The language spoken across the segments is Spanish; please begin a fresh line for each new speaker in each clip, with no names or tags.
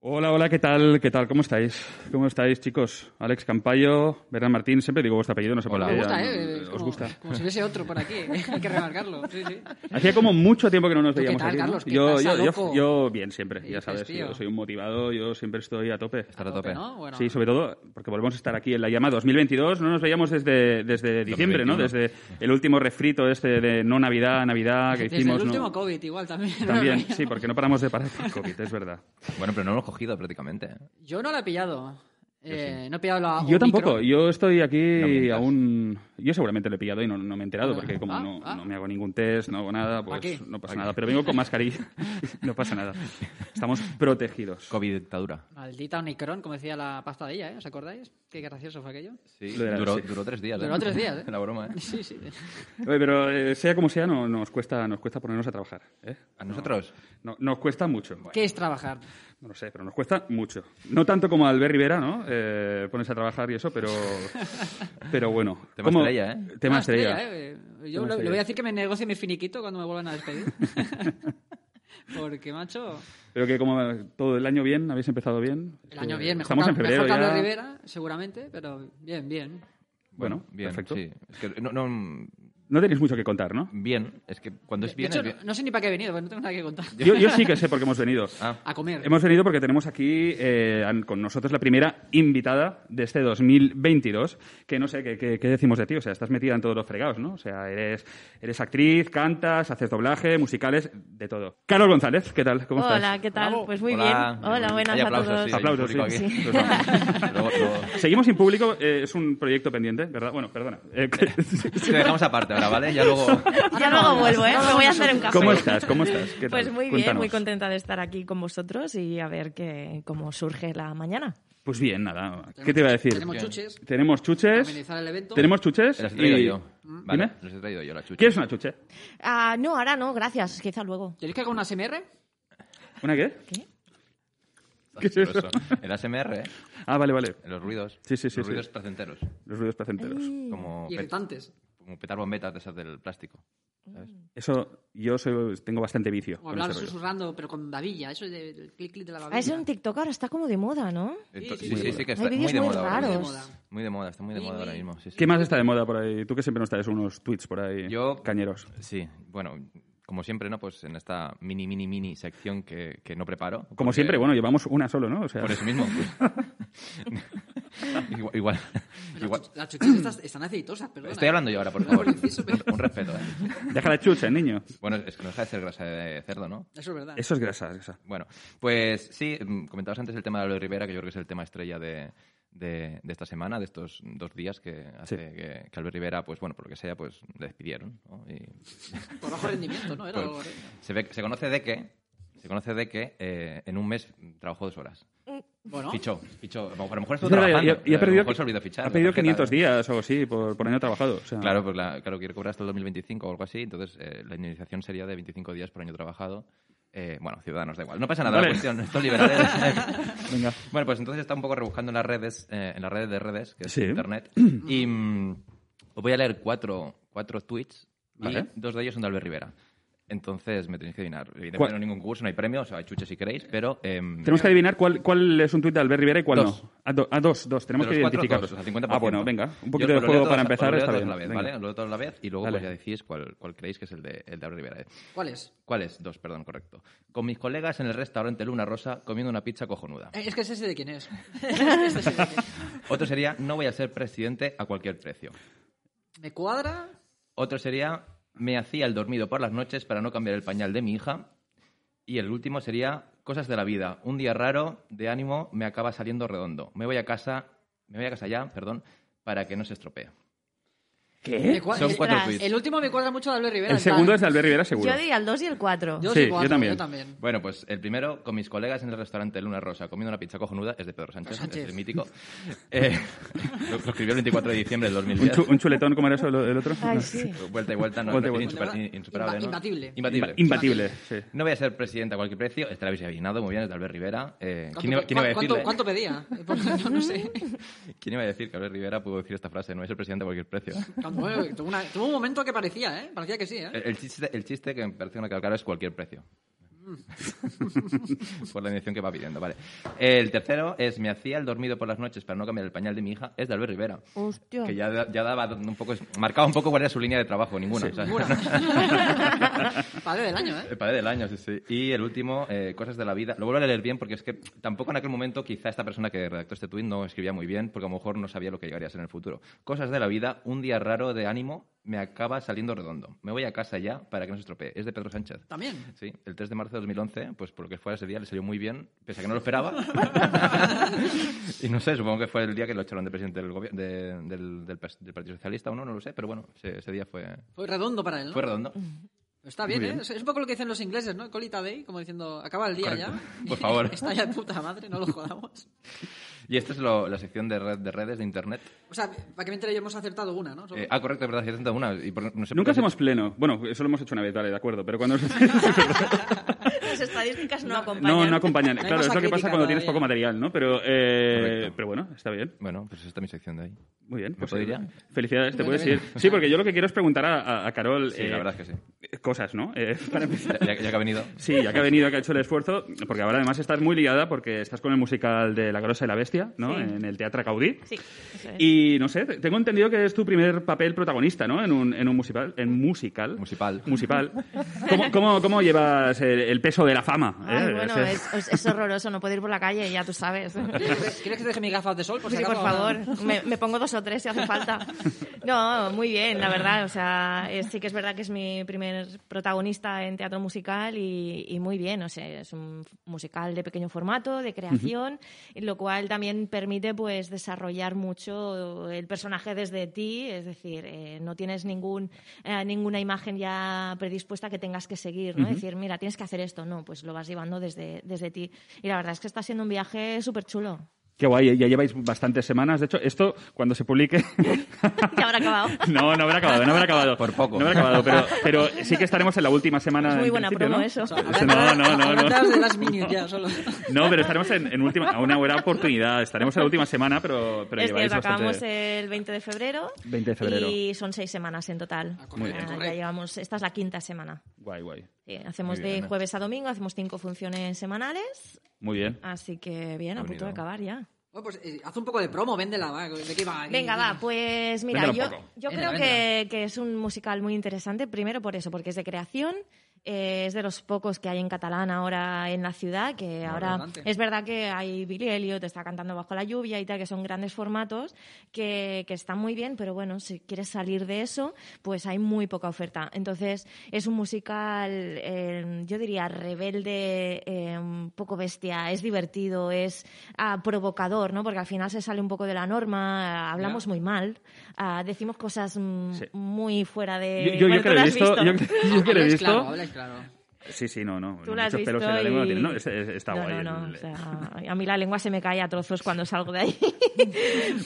Hola, hola, ¿qué tal? ¿Qué tal? ¿Cómo estáis? ¿Cómo estáis, chicos? Alex Campayo, Verán Martín, siempre digo vuestro apellido, no sé por
Hola.
qué.
Me
gusta,
ya,
¿eh?
no-
Es
Os
como-
gusta.
Como si hubiese otro por aquí, ¿eh? hay que remarcarlo. Sí, sí.
Hacía como mucho tiempo que no nos
¿Tú qué
veíamos
tal,
aquí, ¿no?
Carlos? ¿Qué
yo,
pasa,
yo,
loco?
yo, yo bien siempre,
¿Qué
ya
dices,
sabes,
tío?
yo soy un motivado, yo siempre estoy a tope.
Estar a tope.
¿No? Bueno,
Sí, sobre todo porque volvemos a estar aquí en la llama 2022. No nos veíamos desde, desde diciembre, ¿no?
2021.
Desde el último refrito este de no Navidad, Navidad que
desde
hicimos.
el
¿no?
último COVID igual también.
También, sí, porque no paramos de parar con COVID, es verdad.
Bueno, pero no lo hemos cogido prácticamente. ¿eh?
Yo no la he pillado. Eh, No he pillado la
Yo
Omicron.
tampoco, yo estoy
No
aquí
mientas.
aún... Yo seguramente lo he pillado y no, no me he enterado, porque como
Ah,
no,
ah.
no me hago ningún test, no hago nada,
qué?
pues no pasa nada. Pero vengo con mascarilla, no pasa nada. Estamos protegidos.
Covid dictadura.
Maldita Omicron, como decía la pastadilla, ¿eh? ¿Os acordáis? Qué gracioso fue aquello.
Sí,
Lo era,
duró,
sí.
duró tres días. ¿eh?
Duró tres días, ¿eh?
La broma, ¿eh?
Sí, sí.
Oye, Pero eh, sea como sea, no, nos, cuesta, nos cuesta ponernos a trabajar. ¿eh?
A nosotros.
No, nos cuesta mucho.
¿Qué es trabajar?
No lo sé, pero nos cuesta mucho. No tanto como a Albert Rivera, ¿no? Eh, ponerse a trabajar y eso, pero, pero bueno.
Tema
¿Cómo?
estrella, ¿eh?
Tema
Ah,
estrella.
¿eh? Yo
Tema
le- le
estrella.
voy a decir que me negocie mi finiquito cuando me vuelvan a despedir. Porque, macho,
Pero que como todo el año bien, habéis empezado bien.
el año
Eh,
bien, mejor,
Estamos
Car-
en febrero
mejor Carlos
ya.
Rivera, seguramente, pero bien, bien.
Bueno,
bien,
perfecto.
Sí. Es que no, no-
No tenéis mucho que contar, ¿no?
bien, es que cuando es
De
bien,
hecho,
es bien.
no, no sé ni para qué he venido, porque no tengo nada que contar.
Yo, yo sí que sé por qué hemos venido.
Ah,
A comer.
Hemos venido porque tenemos aquí eh, an- con nosotros la primera invitada de este 2022, que no sé, ¿qué, qué, qué decimos de ti? O sea, estás metida en todos los fregados, ¿no? O sea, eres, eres actriz, cantas, haces doblaje, musicales, de todo. Carol González, ¿qué tal? ¿Cómo estás?
Hola, ¿qué tal? Pues muy
hola.
bien. Hola, buenas
Hay
a
aplausos,
todos.
Sí, hay un
Aplausos,
público
sí.
aquí.
Sí.
Luego- luego-
Seguimos sin público, eh, es un proyecto pendiente, ¿verdad? Bueno, perdona. Eh,
Te dejamos aparte ahora, ¿vale? Ya luego.
Ya luego vuelvo, ¿eh? Me voy a hacer un café.
¿Cómo estás? ¿Cómo estás? ¿Qué tal?
Pues muy bien,
Cuéntanos.
muy contenta de estar aquí con vosotros y a ver qué, cómo surge la mañana.
Pues bien, nada. ¿Qué te iba a decir?
Tenemos chuches,
Tenemos chuches.
amenizar el ¿Mm? evento.
Tenemos chuches.
Las he traído
y-
yo. Vale,
Dime.
las he traído yo, la chucha.
¿Quieres una chuche?
Ah, no, ahora no, gracias, quizá luego.
¿Queréis que haga una SMR?
¿Una qué?
¿Qué?
¿Qué es eso?
El ASMR, ¿eh?
Ah, vale, vale.
Los ruidos.
Sí, sí, sí,
Los
sí.
ruidos placenteros.
Los ruidos placenteros.
Como, pet-
Irritantes.
como petar bombetas de esas del plástico. ¿sabes?
Eso, yo soy- tengo bastante vicio.
O
con
hablar
ese rollo.
susurrando, pero con babilla. Eso es de- del clic clic de la
Ah,
babilla.
eso en TikTok ahora está como de moda, ¿no?
Ento-
sí,
sí.
sí, sí, sí, que está
Hay vídeos
muy de
muy
moda. ahora mismo.
raros.
Muy de moda, está muy de moda ahora mismo. sí, sí.
¿Qué más está de moda por ahí? Tú que siempre nos traes unos tweets por ahí
Yo-
cañeros.
Sí, bueno, como siempre, ¿no? Pues en esta mini, mini, mini sección que, que no preparo.
Como
porque-
siempre, bueno, llevamos una solo, ¿no? O sea,
Por eso mismo. pues. igual, igual,
Pero
igual-
chu- Las chuches estas están aceitosas, perdona.
Estoy hablando yo ahora, por favor.
inciso, pero-
Un respeto, ¿eh?
deja la chucha, niño.
Bueno, es que no deja de ser grasa de cerdo, ¿no?
Eso es verdad.
Eso es grasa, es grasa.
Bueno, pues sí, mm, comentabas antes el tema de Aloy Rivera, que yo creo que es el tema estrella de, de- de esta semana, de estos dos días que hace
Sí.
que, que Albert Rivera, pues bueno, por lo que sea, pues le despidieron. ¿no? Y
Por bajo rendimiento, ¿no? Era
Pues,
algo, ¿eh?
se, ve- se conoce de que, se conoce de que eh, en un mes trabajó dos horas.
Bueno,
Fichó, fichó. A lo mejor
Es
estuvo
verdad,
trabajando.
y ha- y ha
a lo
perdido,
mejor se olvidó fichar.
ha perdido
la tarjeta.
500 días o algo así por, por año trabajado. o sea.
Claro, pues la, claro, quiere cobrar hasta el 2025 o algo así. Entonces, eh, la indemnización sería de 25 días por año trabajado. Eh, bueno, ciudadanos, da igual. No pasa nada
Vale.
la cuestión. Estos liberales.
Venga.
bueno, pues entonces está un poco rebuscando en las redes, eh, en las redes de redes, que es
Sí.
internet. Y mm, os voy a leer cuatro, cuatro tweets.
Vale.
Y dos de ellos son de Albert Rivera. Entonces me tenéis que adivinar.
¿Cuál?
Evidentemente no hay ningún curso, no hay premios, o sea, hay chuches si queréis, pero... em,
Tenemos que adivinar cuál, cuál es un tuit de Albert Rivera y cuál
Dos.
no. Ah, do- ah, dos, dos. Tenemos
De
que
los cuatro,
identificarlos.
dos, o sea, 50%.
ah, bueno, venga. Un
Yo
poquito
os
de
lo
juego
leo
para
todas- os
empezar.
lo leo
Está
todas
bien.
a la vez,
Venga.
¿vale? Os lo leo todas a la vez y luego
Vale.
pues, ya decís cuál, cuál creéis que es el de, el de Abril Rivera.
¿cuál es?
¿Cuál es? Dos, perdón, correcto. Con mis colegas en el restaurante Luna Rosa comiendo una pizza cojonuda.
Eh, Es que es ese de quién es. Este Es ese de quién es.
Otro sería, no voy a ser presidente a cualquier precio.
Me cuadra.
Otro sería, me hacía el dormido por las noches para no cambiar el pañal de mi hija. Y el último sería, cosas de la vida. Un día raro, de ánimo, me acaba saliendo redondo. Me voy a casa, me voy a casa ya, perdón, para que no se estropee.
me cua-
Son
el-
cuatro
Ostras.
tweets.
El último me cuadra mucho a Albert Rivera.
El
en plan-
segundo es de Albert Rivera, seguro.
Yo diría el 2 y el 4.
Yo,
Sí,
sí,
yo
cuadro,
también.
Yo también.
Bueno, pues el primero, con mis colegas en el restaurante Luna Rosa, comiendo una pizza cojonuda, es de Pedro Sánchez,
Sánchez.
es el mítico. Eh, lo, lo escribió el 24 de diciembre del
Un,
2010.
chu- un chuletón, ¿cómo era eso el el otro?
Ay, sí.
Vuelta y vuelta, no,
Vuelta y
es
vuelta.
insuper- in- insuperable,
Imba-
¿no?
imbatible.
Imbatible.
Imbatible, sí.
No voy a ser presidente a cualquier precio, este lo habéis adivinado muy bien, es de Albert Rivera. Eh,
¿Cuánto,
¿quién, iba, quién iba a
cu-
decirle?
cuánto- cuánto pedía? Porque no, no sé.
¿Quién iba a decir que Albert Rivera pudo decir esta frase, no voy a ser presidente a cualquier precio?
Bueno, tuvo, una- tuvo un momento que parecía, ¿eh? Parecía que sí, ¿eh?
El, el chiste, el chiste que me parece que me ha quedado claro es cualquier precio. por la dirección que va pidiendo, vale. El tercero es Me hacía el dormido por las noches para no cambiar el pañal de mi hija, es de Albert Rivera.
Hostia.
Que ya, da- ya daba un poco, marcaba un poco cuál era su línea de trabajo, ninguna. o sea,
Ninguna. Padre del año, ¿eh?
El padre del año, sí, sí. Y el último, eh, Cosas de la vida. Lo vuelvo a leer bien porque es que tampoco en aquel momento quizá esta persona que redactó este tuit no escribía muy bien porque a lo mejor no sabía lo que llegaría a ser en el futuro. Cosas de la vida, un día raro de ánimo me acaba saliendo redondo. Me voy a casa ya para que no se estropee. Es de Pedro Sánchez.
También.
Sí, el 3 de marzo de 2011, pues por lo que fuera ese día le salió muy bien, pese a que no lo esperaba. y no sé, supongo que fue el día que lo echaron de presidente del, gobier- de- del, del pas- del Partido Socialista o no, no lo sé, pero bueno, ese, ese día fue,
Fue redondo para él, ¿no?
fue redondo.
Está bien,
Muy
¿eh?
bien.
Es es un poco lo que dicen los ingleses, ¿no? Colita day, como diciendo, acaba el día
Correcto.
ya.
Por favor.
Está ya de puta madre, no lo jodamos.
Y esta es lo- la sección de, red, de redes de internet.
O sea, para que me entere yo hemos acertado una, ¿no?
Eh, ah, correcto, es verdad, 701. Y por- no sé por
Nunca
qué-
hacemos pleno. Bueno, eso lo hemos hecho una vez, vale, de acuerdo. Pero cuando.
Las estadísticas no acompañan.
no, no acompañan.
Hay
Claro, es lo
masa
que pasa
crítica
cuando tienes
todavía.
poco material, ¿no? Pero, eh,
Correcto.
pero bueno, está bien.
Bueno, pues esta es mi sección de ahí.
Muy bien. Pues,
¿Me puedo ir ya?
Felicidades, te
Muy
puedes
bien.
ir. Sí, porque yo lo que quiero es preguntar a, a- a Carol.
Sí,
eh,
la verdad es que sí.
Cosas, ¿no? Eh, para empezar.
Ya, ya- ya que ha venido.
Sí, ya que ha venido, que ha hecho el esfuerzo, porque ahora además estás muy liada porque estás con el musical de La Grosa y la Bestia, ¿no?
Sí.
En el Teatro Gaudí.
Sí, eso es.
Y no sé, tengo entendido que es tu primer papel protagonista, ¿no? En un, en un musical. En musical.
Musipal.
Musical. ¿Cómo, cómo, cómo llevas el, el peso de la fama?
Ay,
eh?
bueno,
Ese-
es, es- es horroroso, no puedo ir por la calle, ya tú sabes.
¿Quieres que te deje mis gafas de sol? Pues Por, si
Sí, por
acaso?
favor, me, me pongo dos o tres si hace falta. No, muy bien, la verdad. O sea, eh, sí que es verdad que es mi primer protagonista en teatro musical y, y muy bien. O sea, es un f- musical de pequeño formato, de creación, y lo cual también permite pues desarrollar mucho el personaje desde ti. Es decir, eh, no tienes ningún, eh, ninguna imagen ya predispuesta que tengas que seguir, ¿no? Decir, mira, tienes que hacer esto. No, pues lo vas llevando desde, desde ti. Y la verdad es que está siendo un viaje súper chulo.
Qué guay, ya lleváis bastantes semanas. De hecho, esto, cuando se publique...
ya habrá acabado.
No, no habrá acabado, no habrá acabado.
Por poco.
No habrá acabado, pero, pero sí que estaremos en la última semana.
Es muy
en
buena
principio,
promo
¿no?
eso.
O sea,
No,
hablando-
no, no, no.
hablando de las minis ya, solo.
No, pero estaremos en, en última, a una buena oportunidad. Estaremos en la última semana, pero, pero
es
lleváis
cierto,
bastante...
acabamos el 20 de febrero.
20 de febrero.
Y son seis semanas en total.
Ah, correcto, Muy bien.
Ah,
correcto.
Ya llevamos, esta es la quinta semana.
Guay, guay.
Sí, hacemos
Muy bien,
de
¿eh?
jueves a domingo, hacemos cinco funciones semanales.
Muy bien.
Así que bien, a
Pues
bonito.
punto de acabar ya.
Bueno, pues eh, haz un poco de promo, véndela, va. ¿De qué va?
Venga, va, pues mira,
Véndela
yo,
un poco.
yo
Venga,
creo que, que es un musical muy interesante, primero por eso, porque es de creación, eh, es de los pocos que hay en catalán ahora en la ciudad, que ahora
importante.
es verdad que hay Billy Elliot, está cantando bajo la lluvia y tal, que son grandes formatos que, que están muy bien, pero bueno, si quieres salir de eso, pues hay muy poca oferta. Entonces, es un musical, eh, yo diría, rebelde, eh, un poco bestia, es divertido, es ah, provocador, ¿no? Porque al final se sale un poco de la norma, ah, hablamos muy mal, ah, decimos cosas mm,
Sí.
muy fuera de...
Yo, yo,
Eh, Bueno,
yo que
tú
lo
lo
he
has
visto,
visto.
yo, que- yo que lo he
Habláis
visto.
claro, habláis claro. Ah,
Sí, sí, no, no.
Tú lo has
Muchos pelos
visto
en la lengua
y-
tiene. No, es- es- está
No,
guay.
no, no,
El-
o sea, a mí la lengua se me cae a trozos cuando salgo de ahí.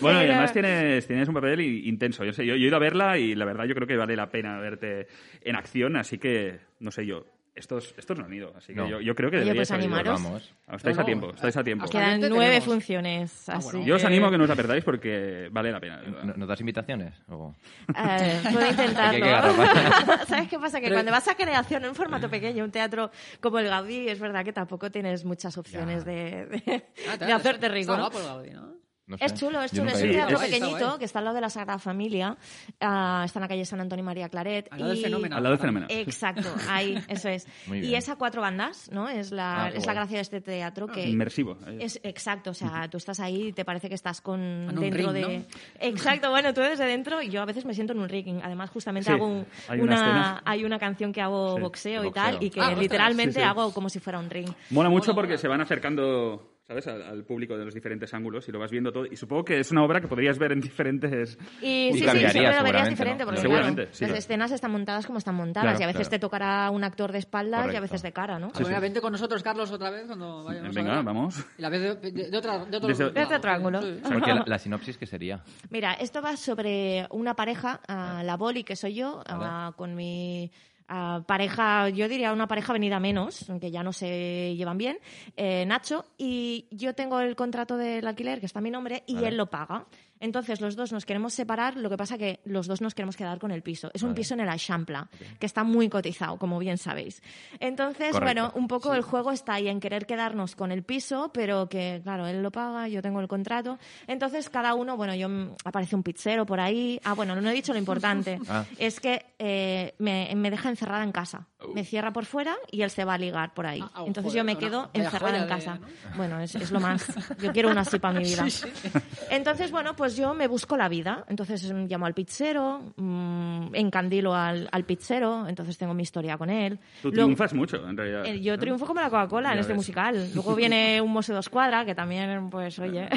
Bueno, y
Pero-
además tienes, tienes un papel i- intenso. Yo sé, yo, yo he ido a verla y la verdad yo creo que vale la pena verte en acción, así que, no sé yo, estos, estos no han ido, así que
No.
yo, yo creo que
Oye,
deberíais
pues
haber ido.
animaros.
Vamos.
Ah, Estáis
No,
a
no.
tiempo, estáis a tiempo.
Hasta
Quedan
Solamente
nueve
tenemos-
funciones.
Ah,
así
bueno.
Yo os
que-
animo a que no os aperdáis porque vale la pena.
¿No- ¿Nos das invitaciones? O-
Eh, puedo
Hay que
intentarlo.
agarrar.
¿Sabes qué pasa? Que
Pero-
cuando vas a creación en un formato pequeño, un teatro como el Gaudí, es verdad que tampoco tienes muchas opciones
Ya.
de, de-
Ah,
de hacerte rico.
Está
¿no?
guapo el Gaudí, ¿no?
no sé.
Es chulo, es
Yo
chulo.
nunca
Es
he
un
ido.
teatro
Está guay, está
pequeñito
guay.
que está al lado de la Sagrada Familia. ah, está en la calle San Antonio y María Claret.
Al lado del
y-
fenómeno.
Al lado del fenómeno.
Eh, Exacto, ahí, eso es.
Muy
Y
bien.
es a cuatro bandas, ¿no? Es la,
Ah, qué
es la
guay.
gracia de este teatro que...
Inmersivo. eh.
Es, exacto, o sea, tú estás ahí y te parece que estás con
un ring,
dentro de.
¿no?
Exacto, bueno, tú desde dentro y yo a veces me siento en un ring. Además, justamente
Sí,
hago un-
hay una
una,
escena.
hay una canción que hago
Sí,
boxeo, y
boxeo.
tal y que
Ah, ostras,
literalmente
sí, sí.
hago como si fuera un ring.
Mola mucho porque se van acercando, ¿sabes?, al, al público de los diferentes ángulos y lo vas viendo todo. Y supongo que es una obra que podrías ver en diferentes...
Y
Y
sí, sí,
cambiaría,
siempre lo verías
seguramente,
diferente,
¿no?
porque claro,
Seguramente, sí.
las escenas están montadas como están montadas
Claro,
y a veces
claro.
te tocará un actor de espaldas y a
Correcto.
veces de cara, ¿no?
Bueno, vente con nosotros, Carlos, otra vez cuando vayamos.
Venga,
a verla.
vamos.
Y la vez de, de- de otra, de otro,
Desde-
lado.
Desde otro ángulo.
Sí.
Porque la, la sinopsis, ¿qué sería?
Mira, esto va sobre una pareja, ah, la Boli, que soy yo, ah, con mi ah, pareja, yo diría una pareja venida menos, que ya no se llevan bien, eh, Nacho, y yo tengo el contrato del alquiler, que está a mi nombre, y él lo paga. Entonces los dos nos queremos separar, lo que pasa que los dos nos queremos quedar con el piso. Es un
Vale.
piso en el Aixample, que está muy cotizado, como bien sabéis. Entonces,
Correcto.
bueno, un poco el juego está ahí en querer quedarnos con el piso, pero que, claro, él lo paga, yo tengo el contrato. Entonces, cada uno, bueno, yo mm, aparece un pizzero por ahí. Ah, bueno, no he dicho lo importante.
Ah.
Es que eh, me, me deja encerrada en casa. Me cierra por fuera y él se va a ligar por ahí.
Ah, ah,
Entonces
joder,
yo me
una-
quedo
vaya
encerrada en
joya de-
casa.
¿no?
Bueno, es, es lo más. Yo quiero una así para mi vida.
Sí, sí.
Entonces, bueno, pues yo me busco la vida. Entonces mm, llamo al pizzero, mm, encandilo al, al pizzero, entonces tengo mi historia con él.
Tú
Luego-
triunfas mucho, en realidad.
eh, Yo triunfo como la Coca-Cola en
Ya
este
ves.
musical. Luego viene un Mose dos Cuadra, que también, pues, oye,
Eh,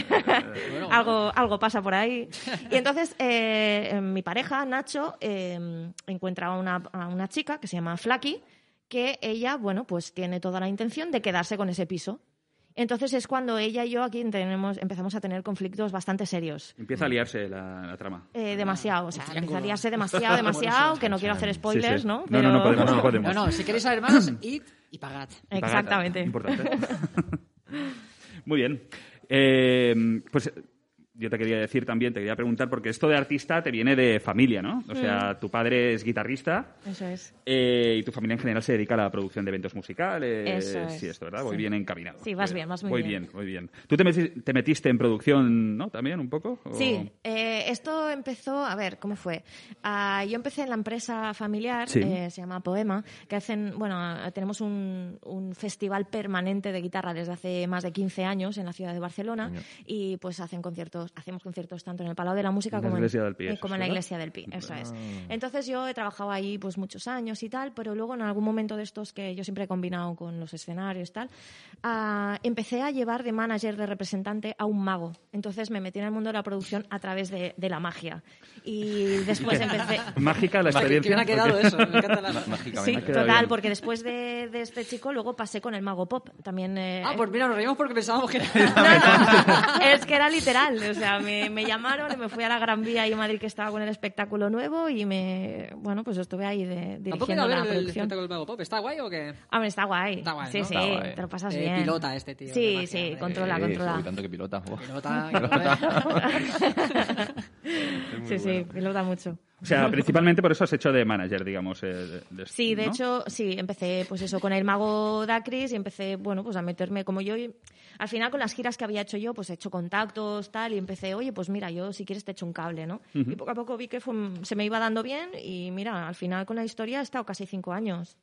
bueno.
algo, algo pasa por ahí. Y entonces eh, eh, mi pareja, Nacho, eh, encuentra a una, a una chica que se llama Flaky, que ella, bueno, pues tiene toda la intención de quedarse con ese piso. Entonces es cuando ella y yo aquí tenemos, empezamos a tener conflictos bastante serios.
Empieza a liarse la, la trama.
Eh, demasiado, o sea,
Un triángulo.
empezaría a ser demasiado, demasiado, que no quiero hacer
Sí,
spoilers,
sí.
¿no?
No, no, no podemos, no
No,
podemos.
no, si queréis saber más, id y pagad.
Exactamente.
Importante. Muy bien. Eh, pues eh, yo te quería decir también, te quería preguntar, porque esto de artista te viene de familia, ¿no? O sea,
Mm.
tu padre es guitarrista
Eso es.
eh, y tu familia en general se dedica a la producción de eventos musicales.
Eso es.
Sí, esto, ¿verdad? Voy
Sí.
bien encaminado.
Sí, vas
Voy-
bien, vas muy
voy
bien.
Muy bien, ¿Tú te, meti- te metiste en producción, ¿no? También un poco. ¿O-
Sí, eh, esto empezó, a ver, ¿cómo fue? Ah, yo empecé en la empresa familiar,
Sí.
eh, se llama Poema, que hacen, bueno, ah, tenemos un, un festival permanente de guitarra desde hace más de 15 años en la ciudad de Barcelona
Coño.
y pues hacen conciertos, hacemos conciertos tanto en el Palau de la Música
En la
como,
Iglesia del Pi,
eh,
eso
como en
es,
la
¿verdad?
Iglesia del Pi, eso es. Entonces yo he trabajado ahí pues muchos años y tal, pero luego en algún momento de estos que yo siempre he combinado con los escenarios y tal, ah, empecé a llevar de manager, de representante a un mago. Entonces me metí en el mundo de la producción a través de, de la magia. Y después empecé...
Mágica la
Que
experiencia.
bien ha quedado eso, me encanta la...
Sí,
Mágicamente.
quedado
total,
bien.
porque después de, de este chico luego pasé con el mago pop. También eh,
Ah, pues mira, nos reímos porque pensábamos que era...
No, es que era literal, o sea, me, me llamaron y me fui a la Gran Vía ahí en Madrid que estaba con el espectáculo nuevo y me, bueno, pues estuve ahí de,
Tampoco
dirigiendo
quiero
la
ver el
producción.
espectáculo del Mago Pop. ¿Está guay o qué?
Ah, Hombre, está guay.
Está guay,
sí,
¿no?
sí,
Está guay.
te lo pasas
Eh,
bien.
pilota este tío, de
Sí,
magia,
sí,
hombre.
controla,
Eh,
controla.
uy, tanto que pilota. buah.
Pilota, pilota.
sí, sí, pilota mucho.
O sea, principalmente por eso has hecho de manager, digamos. eh, de- de-
Sí, de
¿no?
hecho, sí, empecé pues eso con el mago Dacris y empecé, bueno, pues a meterme como yo. y al final con las giras que había hecho yo, pues he hecho contactos, tal, y empecé, oye, pues mira, yo si quieres te echo un cable, ¿no? Y poco a poco vi que fue- se me iba dando bien y mira, al final con la historia he estado casi cinco años.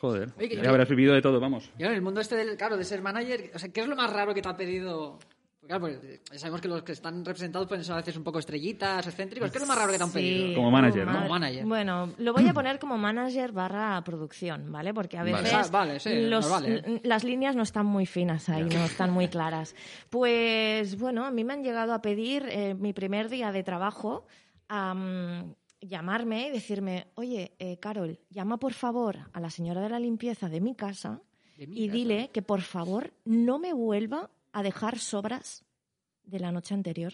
Joder.
Oye, que-
ya habrás vivido de todo, vamos.
Y ahora, en el mundo este del, claro, de ser manager, o sea, ¿qué es lo más raro que te ha pedido? Porque, claro, porque ya sabemos que los que están representados pueden ser a veces un poco estrellitas, excéntricos. ¿Qué es lo más raro que te han
Sí.
pedido?
Como manager, ¿no?
madre-
Como manager.
Bueno, lo voy a poner como manager barra producción, ¿vale? Porque a
Vale.
veces
Ah, vale, sí,
los-
nos vale. ¿eh?
l- las líneas no están muy finas ahí, no están muy claras. Pues bueno, a mí me han llegado a pedir eh, mi primer día de trabajo am, llamarme y decirme, oye, eh, Carol, llama por favor a la señora de la limpieza de mi casa
De mi
y
casa.
dile que por favor no me vuelva a dejar sobras de la noche anterior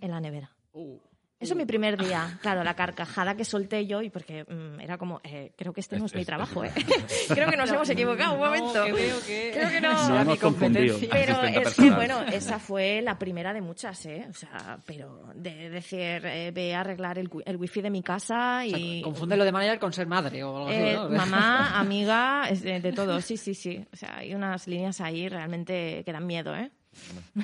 en la nevera.
Uh.
Eso mi primer día, claro, la carcajada que solté yo y porque mm, era como, eh, creo que este no es,
Este-
mi
este-
trabajo, ¿eh? creo que nos hemos equivocado un
No,
momento.
creo que,
Creo que
Será
no.
Nos hemos
mi competencia.
confundido.
Pero
Asistente
es que,
personal.
bueno, esa fue la primera de muchas, ¿eh? O sea, pero de decir, eh, ve a arreglar el, wi- el wifi de mi casa
O sea,
y...
confunde lo de manager con ser madre o algo así,
Eh,
¿no?
mamá, amiga, es de, de todo, sí, sí, sí. O sea, hay unas líneas ahí realmente que dan miedo, ¿eh?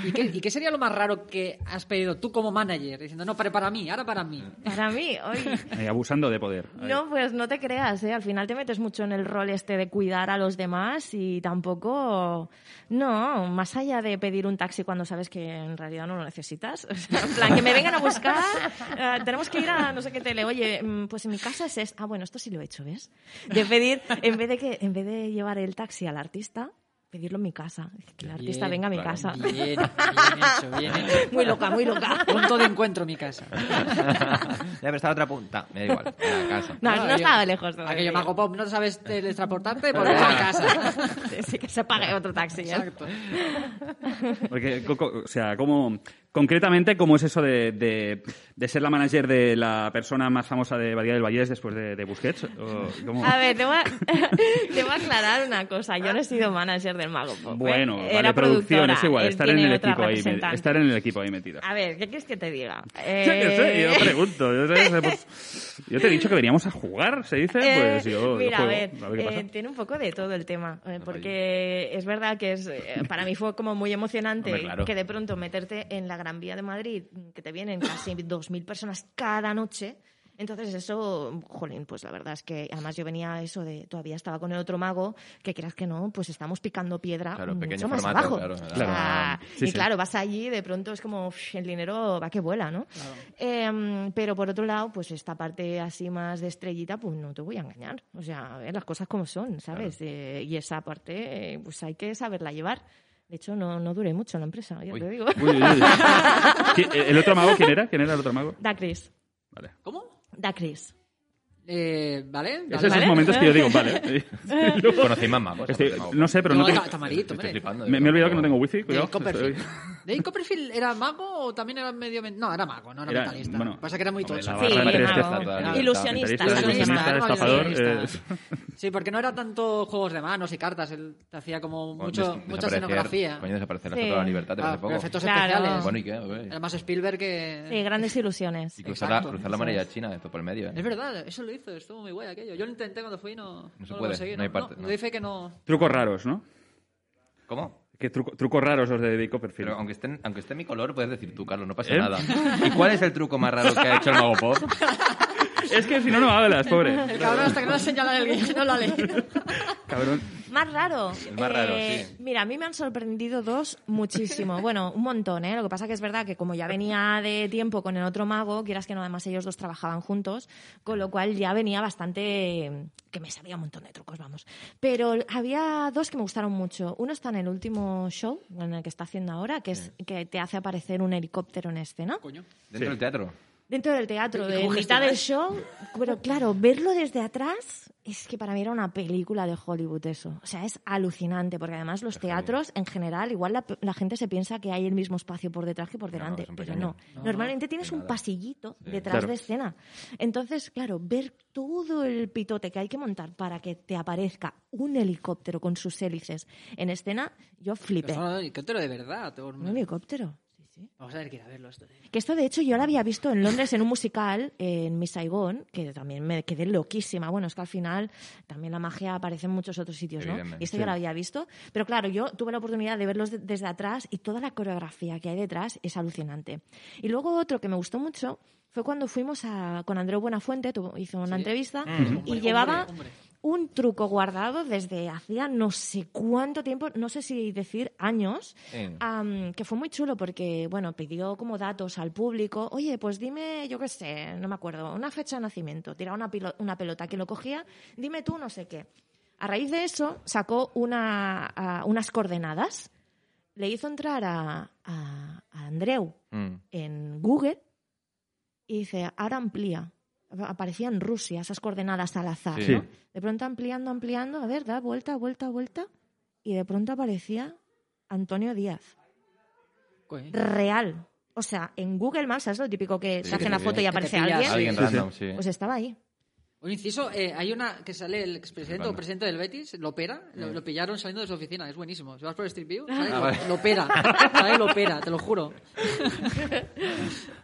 ¿Y qué, y qué sería lo más raro que has pedido tú como manager? Diciendo, no, para, para mí, ahora para mí.
Para mí, hoy...
Eh, abusando de poder. Ahí.
No, pues no te creas, ¿eh? Al final te metes mucho en el rol este de cuidar a los demás y tampoco... No, más allá de pedir un taxi cuando sabes que en realidad no lo necesitas. O sea, en plan, que me vengan a buscar, eh, tenemos que ir a no sé qué tele. Oye, mm, pues en mi casa es... es- Ah, bueno, esto sí lo he hecho, ¿ves? De pedir, en vez de, que, en vez de llevar el taxi al artista, pedirlo en mi casa. Que el artista
Bien,
venga a mi
claro.
casa.
Bien, bien hecho, bien hecho.
Muy loca, muy loca.
Punto de encuentro mi casa.
Debe estar a otra punta. Me da igual. En la casa.
No, no
Aquello-
estaba lejos. todavía.
Aquello, Mago Pop, no sabes teletransportarte, por a casa.
Sí, sí, que se pague otro taxi. ¿eh?
Exacto.
Porque, co- co- o sea, ¿cómo, Concretamente, ¿cómo es eso de, de- de ser la manager de la persona más famosa de Badía del Vallés después de, de Busquets? ¿O cómo?
A ver, te voy a, te voy a aclarar una cosa. Yo no he sido manager del Mago Pop. ¿eh?
Bueno,
Era
vale, producción,
productora.
es igual,
Él
estar en,
tiene
el
otra
equipo ahí, me-
representante.
estar en el equipo ahí metida.
A ver, ¿qué quieres que te diga?
Yo qué sé,
Eh,
yo pregunto. Yo, sé, sé, pues, yo te he dicho que veníamos a jugar, se dice, pues
Eh,
yo, yo
mira,
juego,
a ver,
qué
eh,
pasa.
tiene un poco de todo el tema, eh, porque es verdad que es, eh, para mí fue como muy emocionante
Hombre, claro.
que de pronto meterte en la Gran Vía de Madrid, que te vienen casi 2.000 personas cada noche. Entonces eso, jolín, pues la verdad es que además yo venía eso de, todavía estaba con el otro mago, que quieras que no, pues estamos picando piedra
Claro,
mucho
pequeño
más
formato,
abajo.
claro,
O sea,
claro. Sí,
y
sí.
claro, vas allí y de pronto es como "Uff, el dinero va que vuela, ¿no? Eh, pero por otro lado, pues esta parte así más de estrellita, pues no te voy a engañar. O sea, a ver, las cosas como son, ¿sabes? Eh, y esa parte, eh, pues hay que saberla llevar. De hecho, no, no duré mucho en la empresa, ya
Uy.
te digo.
Uy, uy, uy. ¿Qui- eh, ¿El otro mago quién era? ¿Quién era el otro mago?
Da Cris,
Vale.
¿Cómo?
da Cris.
Eh, ¿Vale?
Es
vale.
esos momentos que yo digo, vale.
¿Conocéis más magos?
Estoy-
aparte de magos?
no sé, pero no
No,
tengo-
ta- Tamarito,
pues, Estoy
hombre.
flipando, de
me, me he olvidado
verdad.
que no tengo wifi. Cuidado.
David Copperfield.
Estoy-
¿David Copperfield era mago o también era medio... men- No, era mago, no era,
Era-
mentalista.
bueno,
Pasa que era muy
hombre,
tocho.
la
Sí,
barra de tres
mago.
que está toda
Ilusionista,
Mentalista,
ilusionista.
ilusionista,
ilusionista,
estafador.
ilusionista.
eh,
Sí, porque no era tanto juegos de manos y cartas. Él te hacía como
Coño,
mucho,
des-
mucha
desaparecer-
escenografía.
Coño, desaparecer la
Sí.
Estatua de la libertad te
Ah,
parece
pero
poco.
efectos
Claro.
especiales.
Bueno, ¿y qué? Oye.
Era más Spielberg que...
Sí, grandes ilusiones.
Y cruzar la,
Exacto.
cruzar la
Eso
muralla
es.
china esto por el medio. ¿eh?
Es verdad, eso lo hizo, estuvo muy guay aquello. Yo lo intenté cuando fui y no, no,
se
lo
puede,
conseguí.
no hay parte,
no,
no.
doy fe que no.
Trucos raros, ¿no?
¿Cómo?
¿Qué truco- trucos raros los de David Copperfield?
Pero aunque esté, aunque esté mi color, puedes decir tú, Carlos, no pasa
¿Eh?
nada. ¿Y cuál es el truco más raro que ha hecho el Mago Pop?
Es que si no, no hablas, pobre.
El cabrón hasta que no lo señala el guion, no lo ha leído.
Cabrón.
Más raro. Eh,
El más raro, sí.
Mira, a mí me han sorprendido dos muchísimo. bueno, un montón, ¿eh? Lo que pasa que es verdad que como ya venía de tiempo con el otro mago, quieras que no, además ellos dos trabajaban juntos, con lo cual ya venía bastante... que me sabía un montón de trucos, vamos. Pero había dos que me gustaron mucho. Uno está en el último show, en el que está haciendo ahora, que es que te hace aparecer un helicóptero en escena.
Coño.
Dentro del teatro.
Dentro del teatro,
¿Y
de
cómo
mitad del
gestionas?
show, pero claro, verlo desde atrás es que para mí era una película de Hollywood eso. O sea, es alucinante, porque además los teatros en general, igual la, la gente se piensa que hay el mismo espacio por detrás que por delante,
son
pero
pequeños.
no. Normalmente tienes un pasillito detrás
Claro.
de escena. Entonces, claro, ver todo el pitote que hay que montar para que te aparezca un helicóptero con sus hélices en escena, yo flipé.
Pero no, helicóptero de verdad. te-
Un helicóptero. Sí, sí.
Vamos a ver que ir a verlo esto. eh.
Que esto, de hecho, yo lo había visto en Londres en un musical, eh, en Miss Saigon, que también me quedé loquísima. Bueno, es que al final también la magia aparece en muchos otros sitios, ¿no?
Evidentemente,
Y esto yo lo había visto. Pero claro, yo tuve la oportunidad de verlos de- desde atrás y toda la coreografía que hay detrás es alucinante. Y luego otro que me gustó mucho fue cuando fuimos a, con Andreu Buenafuente, tuvo- hizo una entrevista,
Mm.
y
Hombre,
llevaba
hombre, hombre.
un truco guardado desde hacía no sé cuánto tiempo, no sé si decir años,
Eh.
am, que fue muy chulo porque, bueno, pidió como datos al público, oye, pues dime, yo qué sé, no me acuerdo, una fecha de nacimiento, tiraba una, pilo- una pelota que lo cogía, dime tú no sé qué. A raíz de eso sacó una, a- unas coordenadas, le hizo entrar a, a- a Andreu
Mm.
en Google y dice, ahora amplía. Aparecía en Rusia esas coordenadas al azar,
Sí.
¿no? De pronto ampliando, ampliando, a ver, da vuelta, vuelta, vuelta. Y de pronto aparecía Antonio Díaz.
Coño.
Real. O sea, en Google Maps, ¿sabes lo típico que
Sí,
se hace
sí,
una
sí.
foto y
te
aparece
pillas,
alguien?
sí.
Alguien
Sí, sí.
random, sí.
Pues estaba ahí.
Un inciso, eh, hay una que sale el expresidente
Fernando. Eh.
o presidente del Betis, lo opera, lo, lo pillaron saliendo de su oficina, es buenísimo. Si vas por Street View, sale,
Ah, vale.
lo, lo opera, sale, lo opera, te lo juro.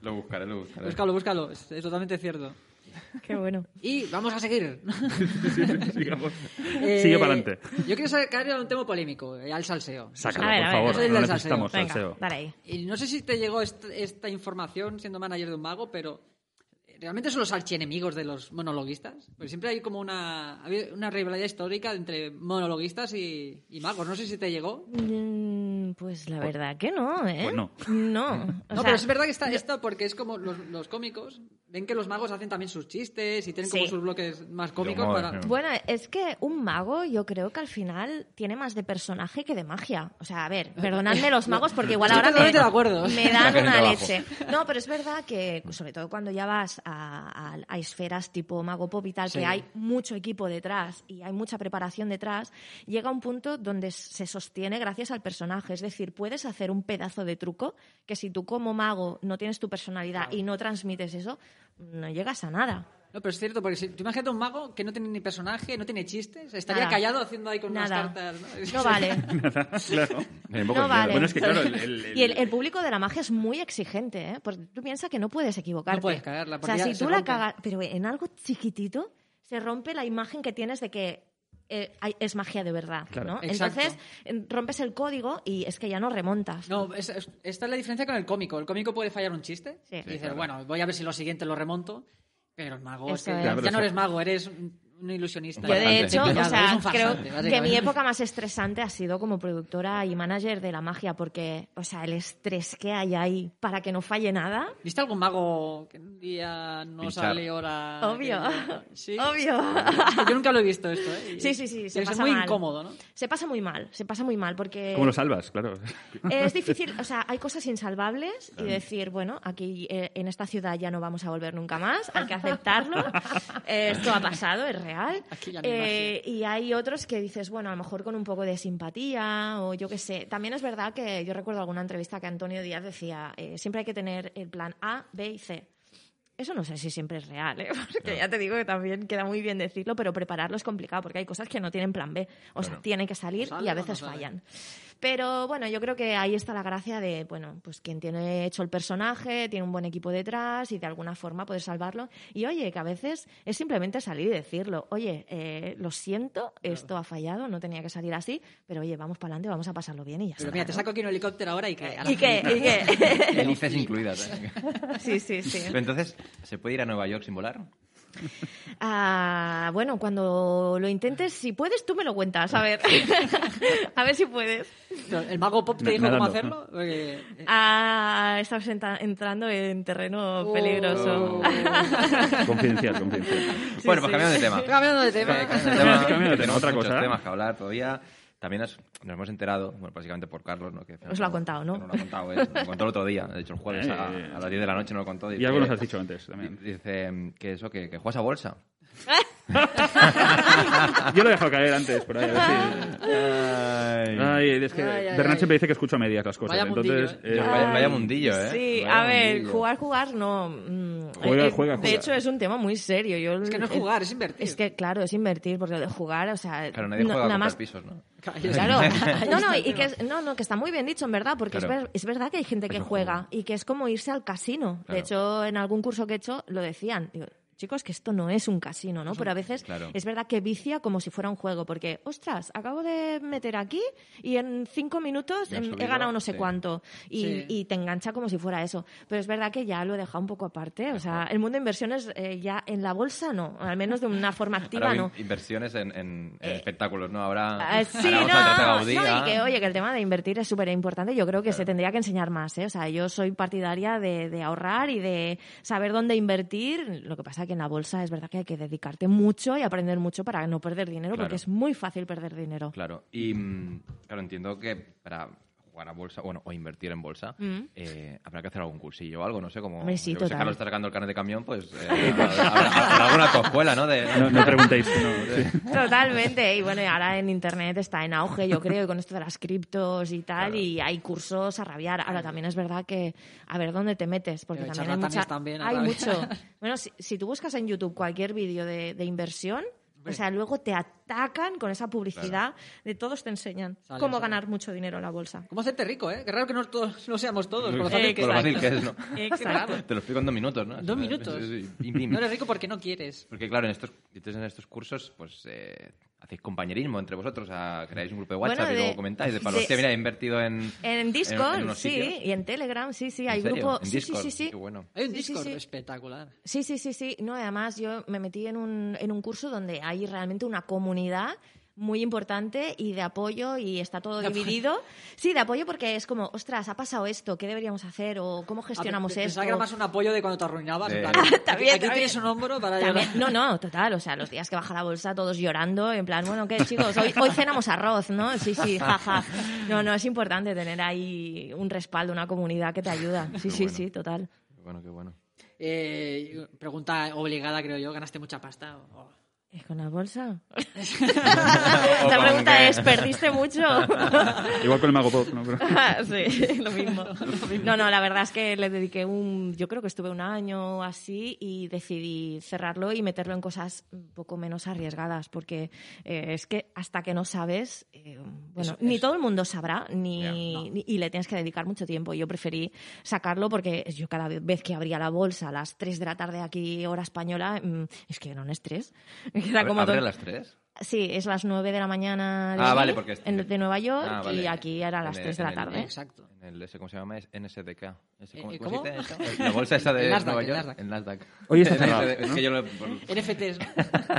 Lo buscaré, lo buscaré.
Búscalo, búscalo, es, es totalmente cierto.
Qué bueno.
Y vamos a seguir.
Sigamos.
Eh,
Sigue para adelante.
Yo quiero sacar ahora un tema polémico, eh, al salseo.
Sácalo,
A ver, a
por
ver,
favor.
soy
No
del
necesitamos
Venga,
salseo.
dale ahí.
Y no sé si te llegó est- esta, información siendo manager de un mago, pero eh, ¿realmente son los archienemigos de los monologuistas? Porque siempre hay como una, ha habido una rivalidad histórica entre monologuistas y, y magos. No sé si te llegó.
Mm, Pues la verdad que no, ¿eh?
Pues no.
No. O
No,
sea,
pero es verdad que está esto porque es como los, los cómicos ven que los magos hacen también sus chistes y tienen como
Sí.
sus bloques más cómicos
humor,
para...
sí.
Bueno, es que un mago yo creo que al final tiene más de personaje que de magia. O sea, a ver, perdonadme los magos porque igual
Estoy
ahora me,
totalmente de acuerdo.
me dan
Sacan el
una
trabajo.
leche. No, pero es verdad que sobre todo cuando ya vas a, a- a esferas tipo mago pop y tal,
Sí.
que hay mucho equipo detrás y hay mucha preparación detrás, llega un punto donde se sostiene gracias al personaje. Es decir, puedes hacer un pedazo de truco que si tú como mago no tienes tu personalidad y no transmites eso, no llegas a nada.
No, pero es cierto, porque si, tú imagínate un mago que no tiene ni personaje, no tiene chistes, estaría
Nada.
callado haciendo ahí con unas
Nada.
cartas.
No vale.
Nada, claro.
Un poco
No
de miedo.
vale.
Bueno, es que claro, el- el- el-
Y el, el público de la magia es muy exigente, ¿eh? Porque tú piensas que no puedes equivocarte.
No puedes cagarla,
O
porque
sea,
ya
si
se
tú la
rompe.
cagas, pero en algo chiquitito, se rompe la imagen que tienes de que eh, hay- es magia de verdad,
Claro.
¿no?
Exacto.
Entonces eh, rompes el código y es que ya no remontas.
No, es- es- esta es la diferencia con el cómico. El cómico puede fallar un chiste
Sí.
y
Sí,
dices,
claro.
bueno, voy a ver si lo siguiente lo remonto, pero el mago es que
Eso es.
Claro, pero
ya
eso-
no eres mago, eres un, un ilusionista.
Yo, de
Farsante.
hecho, o
Eres
sea,
un farsante,
creo que mi
básicamente.
época más estresante ha sido como productora y manager de la magia, porque, o sea, el estrés que hay ahí para que no falle nada,
¿Viste algún mago que un día no
Pinchar.
sale hora?
obvio,
que- Ah, Sí.
obvio.
Yo nunca lo he visto esto, ¿eh? Y-
Sí, sí, sí,
y
se
es
pasa
muy
mal.
incómodo, ¿no?
Se pasa muy mal, se pasa muy mal porque...
¿Cómo lo salvas? Claro.
Es difícil, o sea, hay cosas insalvables y decir, bueno, aquí eh, en esta ciudad ya no vamos a volver nunca más, hay que aceptarlo, Eh, esto ha pasado, es real.
Aquí ya no hay
Eh, y hay otros que dices, bueno, a lo mejor con un poco de simpatía o yo qué sé. También es verdad que yo recuerdo alguna entrevista que Antonio Díaz decía, eh, siempre hay que tener el plan A, B y C. Eso no sé si siempre es real, ¿eh? porque ya te digo que también queda muy bien decirlo, pero prepararlo es complicado porque hay cosas que no tienen plan B. O sea, tienen que salir
Pues sale
y a
o no
veces
sale.
fallan. Pero bueno, yo creo que ahí está la gracia de, bueno, pues quien tiene hecho el personaje, tiene un buen equipo detrás y de alguna forma poder salvarlo. Y oye, que a veces es simplemente salir y decirlo, oye, eh, lo siento, esto ha fallado, no tenía que salir así, pero oye, vamos para adelante, vamos a pasarlo bien y ya
Pero
está.
mira, te saco aquí un helicóptero ahora y que... a la
Eh, ¿Y qué? ¿Y qué?
Hélices incluidas. ¿eh?
sí, sí, sí.
Pero entonces, ¿se puede ir a Nueva York sin volar?
Ah, bueno, cuando lo intentes, si puedes, tú me lo cuentas. A ver, a ver si puedes.
El mago pop te
Na-
dijo
nada,
cómo
no.
hacerlo. porque- eh.
Ah, estamos enta- entrando en terreno peligroso.
Oh.
Confidencial, confidencial.
bueno, pues
sí.
cambiando de tema.
Cambiando de tema.
Eh, cambiando
Sí,
de tema,
cambiando de
que
tema,
tenemos
otra
muchos
cosa.
temas que hablar todavía. También has- nos hemos enterado, bueno, básicamente por Carlos, ¿no? Que,
Os lo ha contado, ¿no?
que nos lo ha contado, él. Nos lo contó el otro día, de hecho el jueves a,
Eh,
a las 10 de la noche nos lo contó.
Y algo nos has dicho antes también.
Dice mm, que eso, que, que juegas a bolsa.
Yo lo he dejado caer antes, por ahí. A ver si... Ay, es que
Ay, ay,
Bernat
ay.
siempre dice que escucho a medias las cosas.
Vaya mundillo,
entonces,
¿eh?
eh,
Vaya, vaya mundillo, ¿eh?
Sí,
Vaya
a ver,
mundillo.
jugar, jugar no. mm,
Juega,
eh,
juega,
de
juega.
hecho, es un tema muy serio. Yo, eh,
Es que no es jugar, es invertir.
Es que, claro, es invertir, porque lo de jugar, o sea.
Claro, nadie
no-
juega a
nada
comprar
más.
pisos, ¿no?
Ahí está.
Claro,
Ahí
no,
está
no,
el
y que,
tema.
es, no, no, que está muy bien dicho, en verdad, porque
Claro.
es, ver- es verdad que hay gente que
no
juega
juego.
y que es como irse al casino.
Claro.
De hecho, en algún curso que he hecho lo decían. Digo, chicos, que esto no es un casino, ¿no? Pero a veces
claro.
es verdad que vicia como si fuera un juego, porque, ostras, acabo de meter aquí y en cinco minutos
Ya han
em, he
subido,
ganado no sé
sí.
cuánto. Y,
Sí.
y te engancha como si fuera eso. Pero es verdad que ya lo he dejado un poco aparte. O sea, el mundo de inversiones eh, ya en la bolsa no, al menos de una forma activa
Ahora
no.
in- inversiones en, en- en espectáculos, ¿no? Ahora,
Ah, sí,
ahora
no,
vamos a tratar a
no,
Gaudí,
y
¿ah?
que oye, que el tema de invertir es súper importante. Yo creo que se tendría que enseñar más. ¿eh? O sea, yo soy partidaria de, de ahorrar y de saber dónde invertir. Lo que pasa que en la bolsa es verdad que hay que dedicarte mucho y aprender mucho para no perder dinero,
Claro.
porque es muy fácil perder dinero.
Claro, y mm, claro, entiendo que para jugar a bolsa, bueno, o invertir en bolsa, eh, habrá que hacer algún cursillo o algo, no sé, como
Hombre, sí,
yo que sé,
total.
Carlos está sacando el carnet de camión, pues eh, habrá- habrá- habrá alguna cojuela, ¿no? De,
no, no preguntéis. no.
Totalmente. Y bueno, y ahora en Internet está en auge, yo creo, y con esto de las criptos y tal,
Claro.
y hay cursos a rabiar. Ahora también es verdad que a ver dónde te metes, porque
Pero hay
también hay, mucha,
charlatanes también a
hay
rabiar.
mucho. Bueno, si, si tú buscas en YouTube cualquier vídeo de, de inversión, o sea, luego te atacan con esa publicidad de todos te enseñan
Sale,
cómo
sale.
ganar mucho dinero en la bolsa.
¿Cómo hacerte rico, eh? Qué raro que no, todos, no seamos todos.
Eh,
Por lo fácil que
por lo
es.
fácil que es, ¿no?
Qué raro.
Exacto.
Te lo explico en dos minutos, ¿no?
Dos minutos.
Sí, sí, sí, pim, pim.
No eres rico porque no quieres.
Porque claro, en estos, entonces en estos cursos, pues eh, hacéis compañerismo entre vosotros, a- creáis un grupo de
Bueno,
WhatsApp y
de-
luego comentáis de palo.
de-
Hostia, mira, he invertido en...
En Discord,
en- en unos
sí,
sitios".
y en Telegram, sí, sí,
¿En
hay
serio?
grupo.
En
sí, sí,
Discord.
sí, sí.
Qué bueno.
Hay un
Sí, sí,
Discord
sí.
espectacular.
Sí, sí, sí, sí. No, además yo me metí en un, en un curso donde hay realmente una comunidad muy importante y de apoyo y está todo
De apoyo.
dividido. Sí, de apoyo porque es como, ostras, ha pasado esto, ¿qué deberíamos hacer? ¿O cómo gestionamos
Ah, pe-
esto?
Pensaba que era más un apoyo de cuando te arruinabas. en
De-
plan,
Ah,
aquí-
también,
aquí
también.
tienes un hombro para
También-
llorar.
no, no, total. O sea, los días que baja la bolsa, todos llorando, en plan, bueno, ¿qué chicos? Hoy, hoy cenamos arroz, ¿no? Sí, sí, jaja. No, no, es importante tener ahí un respaldo, una comunidad que te ayuda. Sí, sí,
bueno.
sí, total.
Qué Bueno, qué bueno.
Eh, pregunta obligada, creo yo. ¿Ganaste mucha pasta? o- o-
¿Es con la bolsa?
O
La
con
pregunta pues perdiste mucho.
Igual con el Mago Pop, ¿no? Pero-
sí, lo mismo. No, no, la verdad es que le dediqué un, yo creo que estuve un año o así y decidí cerrarlo y meterlo en cosas un poco menos arriesgadas, porque eh, es que hasta que no sabes, eh, bueno,
Eso,
ni
eso.
todo el mundo sabrá, ni,
Ya,
no.
ni- y le tienes que dedicar mucho tiempo. Yo preferí sacarlo porque yo cada vez que abría la bolsa a las 3 de la tarde aquí, hora española, mm, es que era un estrés. Era
¿Abre-
como
¿Abre
todo-
a las tres?
Sí, es las 9 de la mañana de,
Ah,
allí,
vale, porque es-
en- de Nueva York
Ah, vale.
y aquí era a las
En el-
3 de la
en el-
tarde.
Exacto.
En el, ese, ¿Cómo se llama? Es NSDK. Ese,
Eh,
¿Cómo,
eh,
cómo se
¿cómo?
dice eso? La bolsa esa de
El Nasdaq,
Nueva
el
York.
Nasdaq.
El Nasdaq.
Hoy está
El
cerrado,
NSDK, Es que yo lo... por-
NFTs.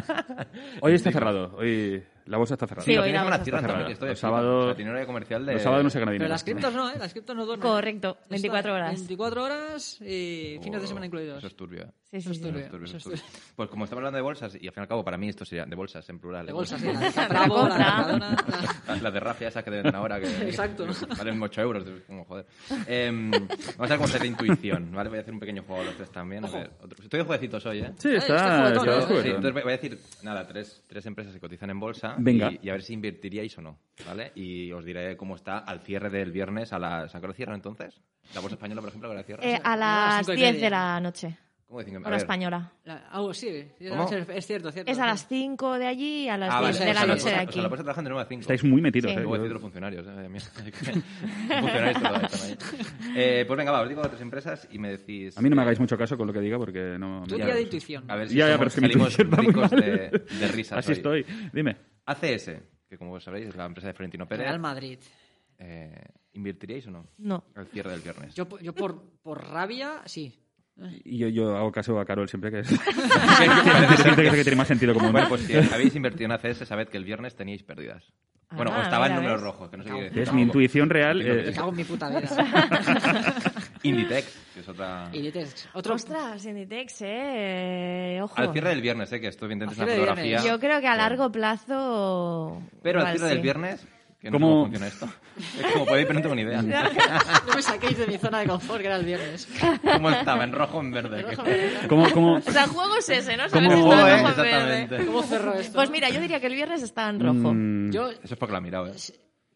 Hoy está cerrado. Hoy la bolsa está cerrada.
Sí,
lo
hoy
tienen con
la bolsa
las
está
tierras
cerrada.
también, que estoy
Los
flipando.
sábados-
O sea, tiene horario comercial de...
Los sábados no se gana dinero.
Pero las criptos no, ¿eh? Las criptos no duermen.
Correcto, 24
Está-
horas.
24 horas y fines de semana incluidos.
Eso es turbio, ¿eh?
Sí,
Eso
sí,
es
sí.
turbio.
Eso es turbio,
eso
eso
es
es turbio.
turbio.
Pues como estamos hablando de bolsas, y al fin y al cabo para mí esto sería de bolsas en plural.
De
de
bolsas, sí,
bolsas.
la de Bravo, la de Mercadona, la-
Las de Raffia esas que deben ahora que
Exacto.
que valen 8 euros. Como, joder. Em, vamos a ver cómo se de intuición, ¿vale? Voy a hacer un pequeño juego a los tres también. A
Ojo.
ver, otro- Estoy de jueguecitos hoy, ¿eh?
Sí,
Eh,
está.
este
está
juguetón,
Sí,
juguetón.
entonces voy voy a decir, nada, tres, tres empresas que cotizan en bolsa
Venga.
Y, y a ver si invertiríais o no, ¿vale? Y os diré cómo está al cierre del viernes a las... ¿A qué hora cierran entonces? ¿La bolsa española, por ejemplo, a qué hora cierra?
Eh, a las
cinco y
10
media.
de la noche,
¿Cómo dicen? A
hora
ver.
española.
la- Ah, sí, sí,
¿Cómo?
es- es cierto, cierto.
Es a las 5 de allí y a las
Ah,
10
vale.
de
o sea,
la
la
noche de
bolsa- O
aquí.
sea, la bolsa trabajan de 9 a 5.
Estáis muy metidos,
Sí.
¿eh?
Luego decir
Yo-
los funcionarios. eh, mierda. Funcionarios todo, están ahí. Eh, pues venga, va, os digo tres empresas y me decís...
A mí no me hagáis mucho caso con lo que diga porque no...
Tú
me-
Ya,
día de
pues,
intuición.
A ver si
Ya, ya,
somos-
pero es que mi
salimos
intuición va muy
ricos
mal.
de, de risas
Así
hoy.
estoy. Dime.
ACS, que como sabréis es la empresa de Florentino Pérez.
Real Madrid.
Eh, ¿Invertiríais o no?
No.
Al cierre del viernes.
Yo, po- yo por, por rabia, sí.
Y yo, yo hago caso a Carol siempre que es... Decirte que es el que tiene más sentido común.
Bueno, pues si habéis invertido en ACS, sabed que el viernes teníais pérdidas.
Ah,
Bueno, o estaba en
mira,
números
¿ves? Ah,
rojos, que no sé qué
Es
decir
mi
tampoco.
intuición real.
Entiendo
eh,
que
Me cago en mi puta vida.
Inditex, que es
Ah.
otra...
y Nitex. Otro.
Ostras, Inditex, eh. Ojo.
Al cierre del viernes, eh, que estoy intentando una
Al cierre del
fotografía.
viernes.
Yo creo que a largo plazo.
Pero al
igual
cierre
sí.
del viernes, que no sé
¿Cómo?
cómo funciona esto. Es como podéis, pero no tengo ni idea.
No me saquéis de mi zona de confort, que era el viernes.
¿Cómo estaba? En rojo o en verde.
Rojo,
¿Qué-
verde.
¿Cómo, cómo,
O sea, el juego es ese, ¿no?
¿Cómo
Sabes si
juego,
está
eh?
en rojo o en verde.
Exactamente.
¿Cómo cerró esto?
Pues mira, yo diría que el viernes está en rojo.
Mm,
yo,
Eso es porque la he mirado, ¿eh?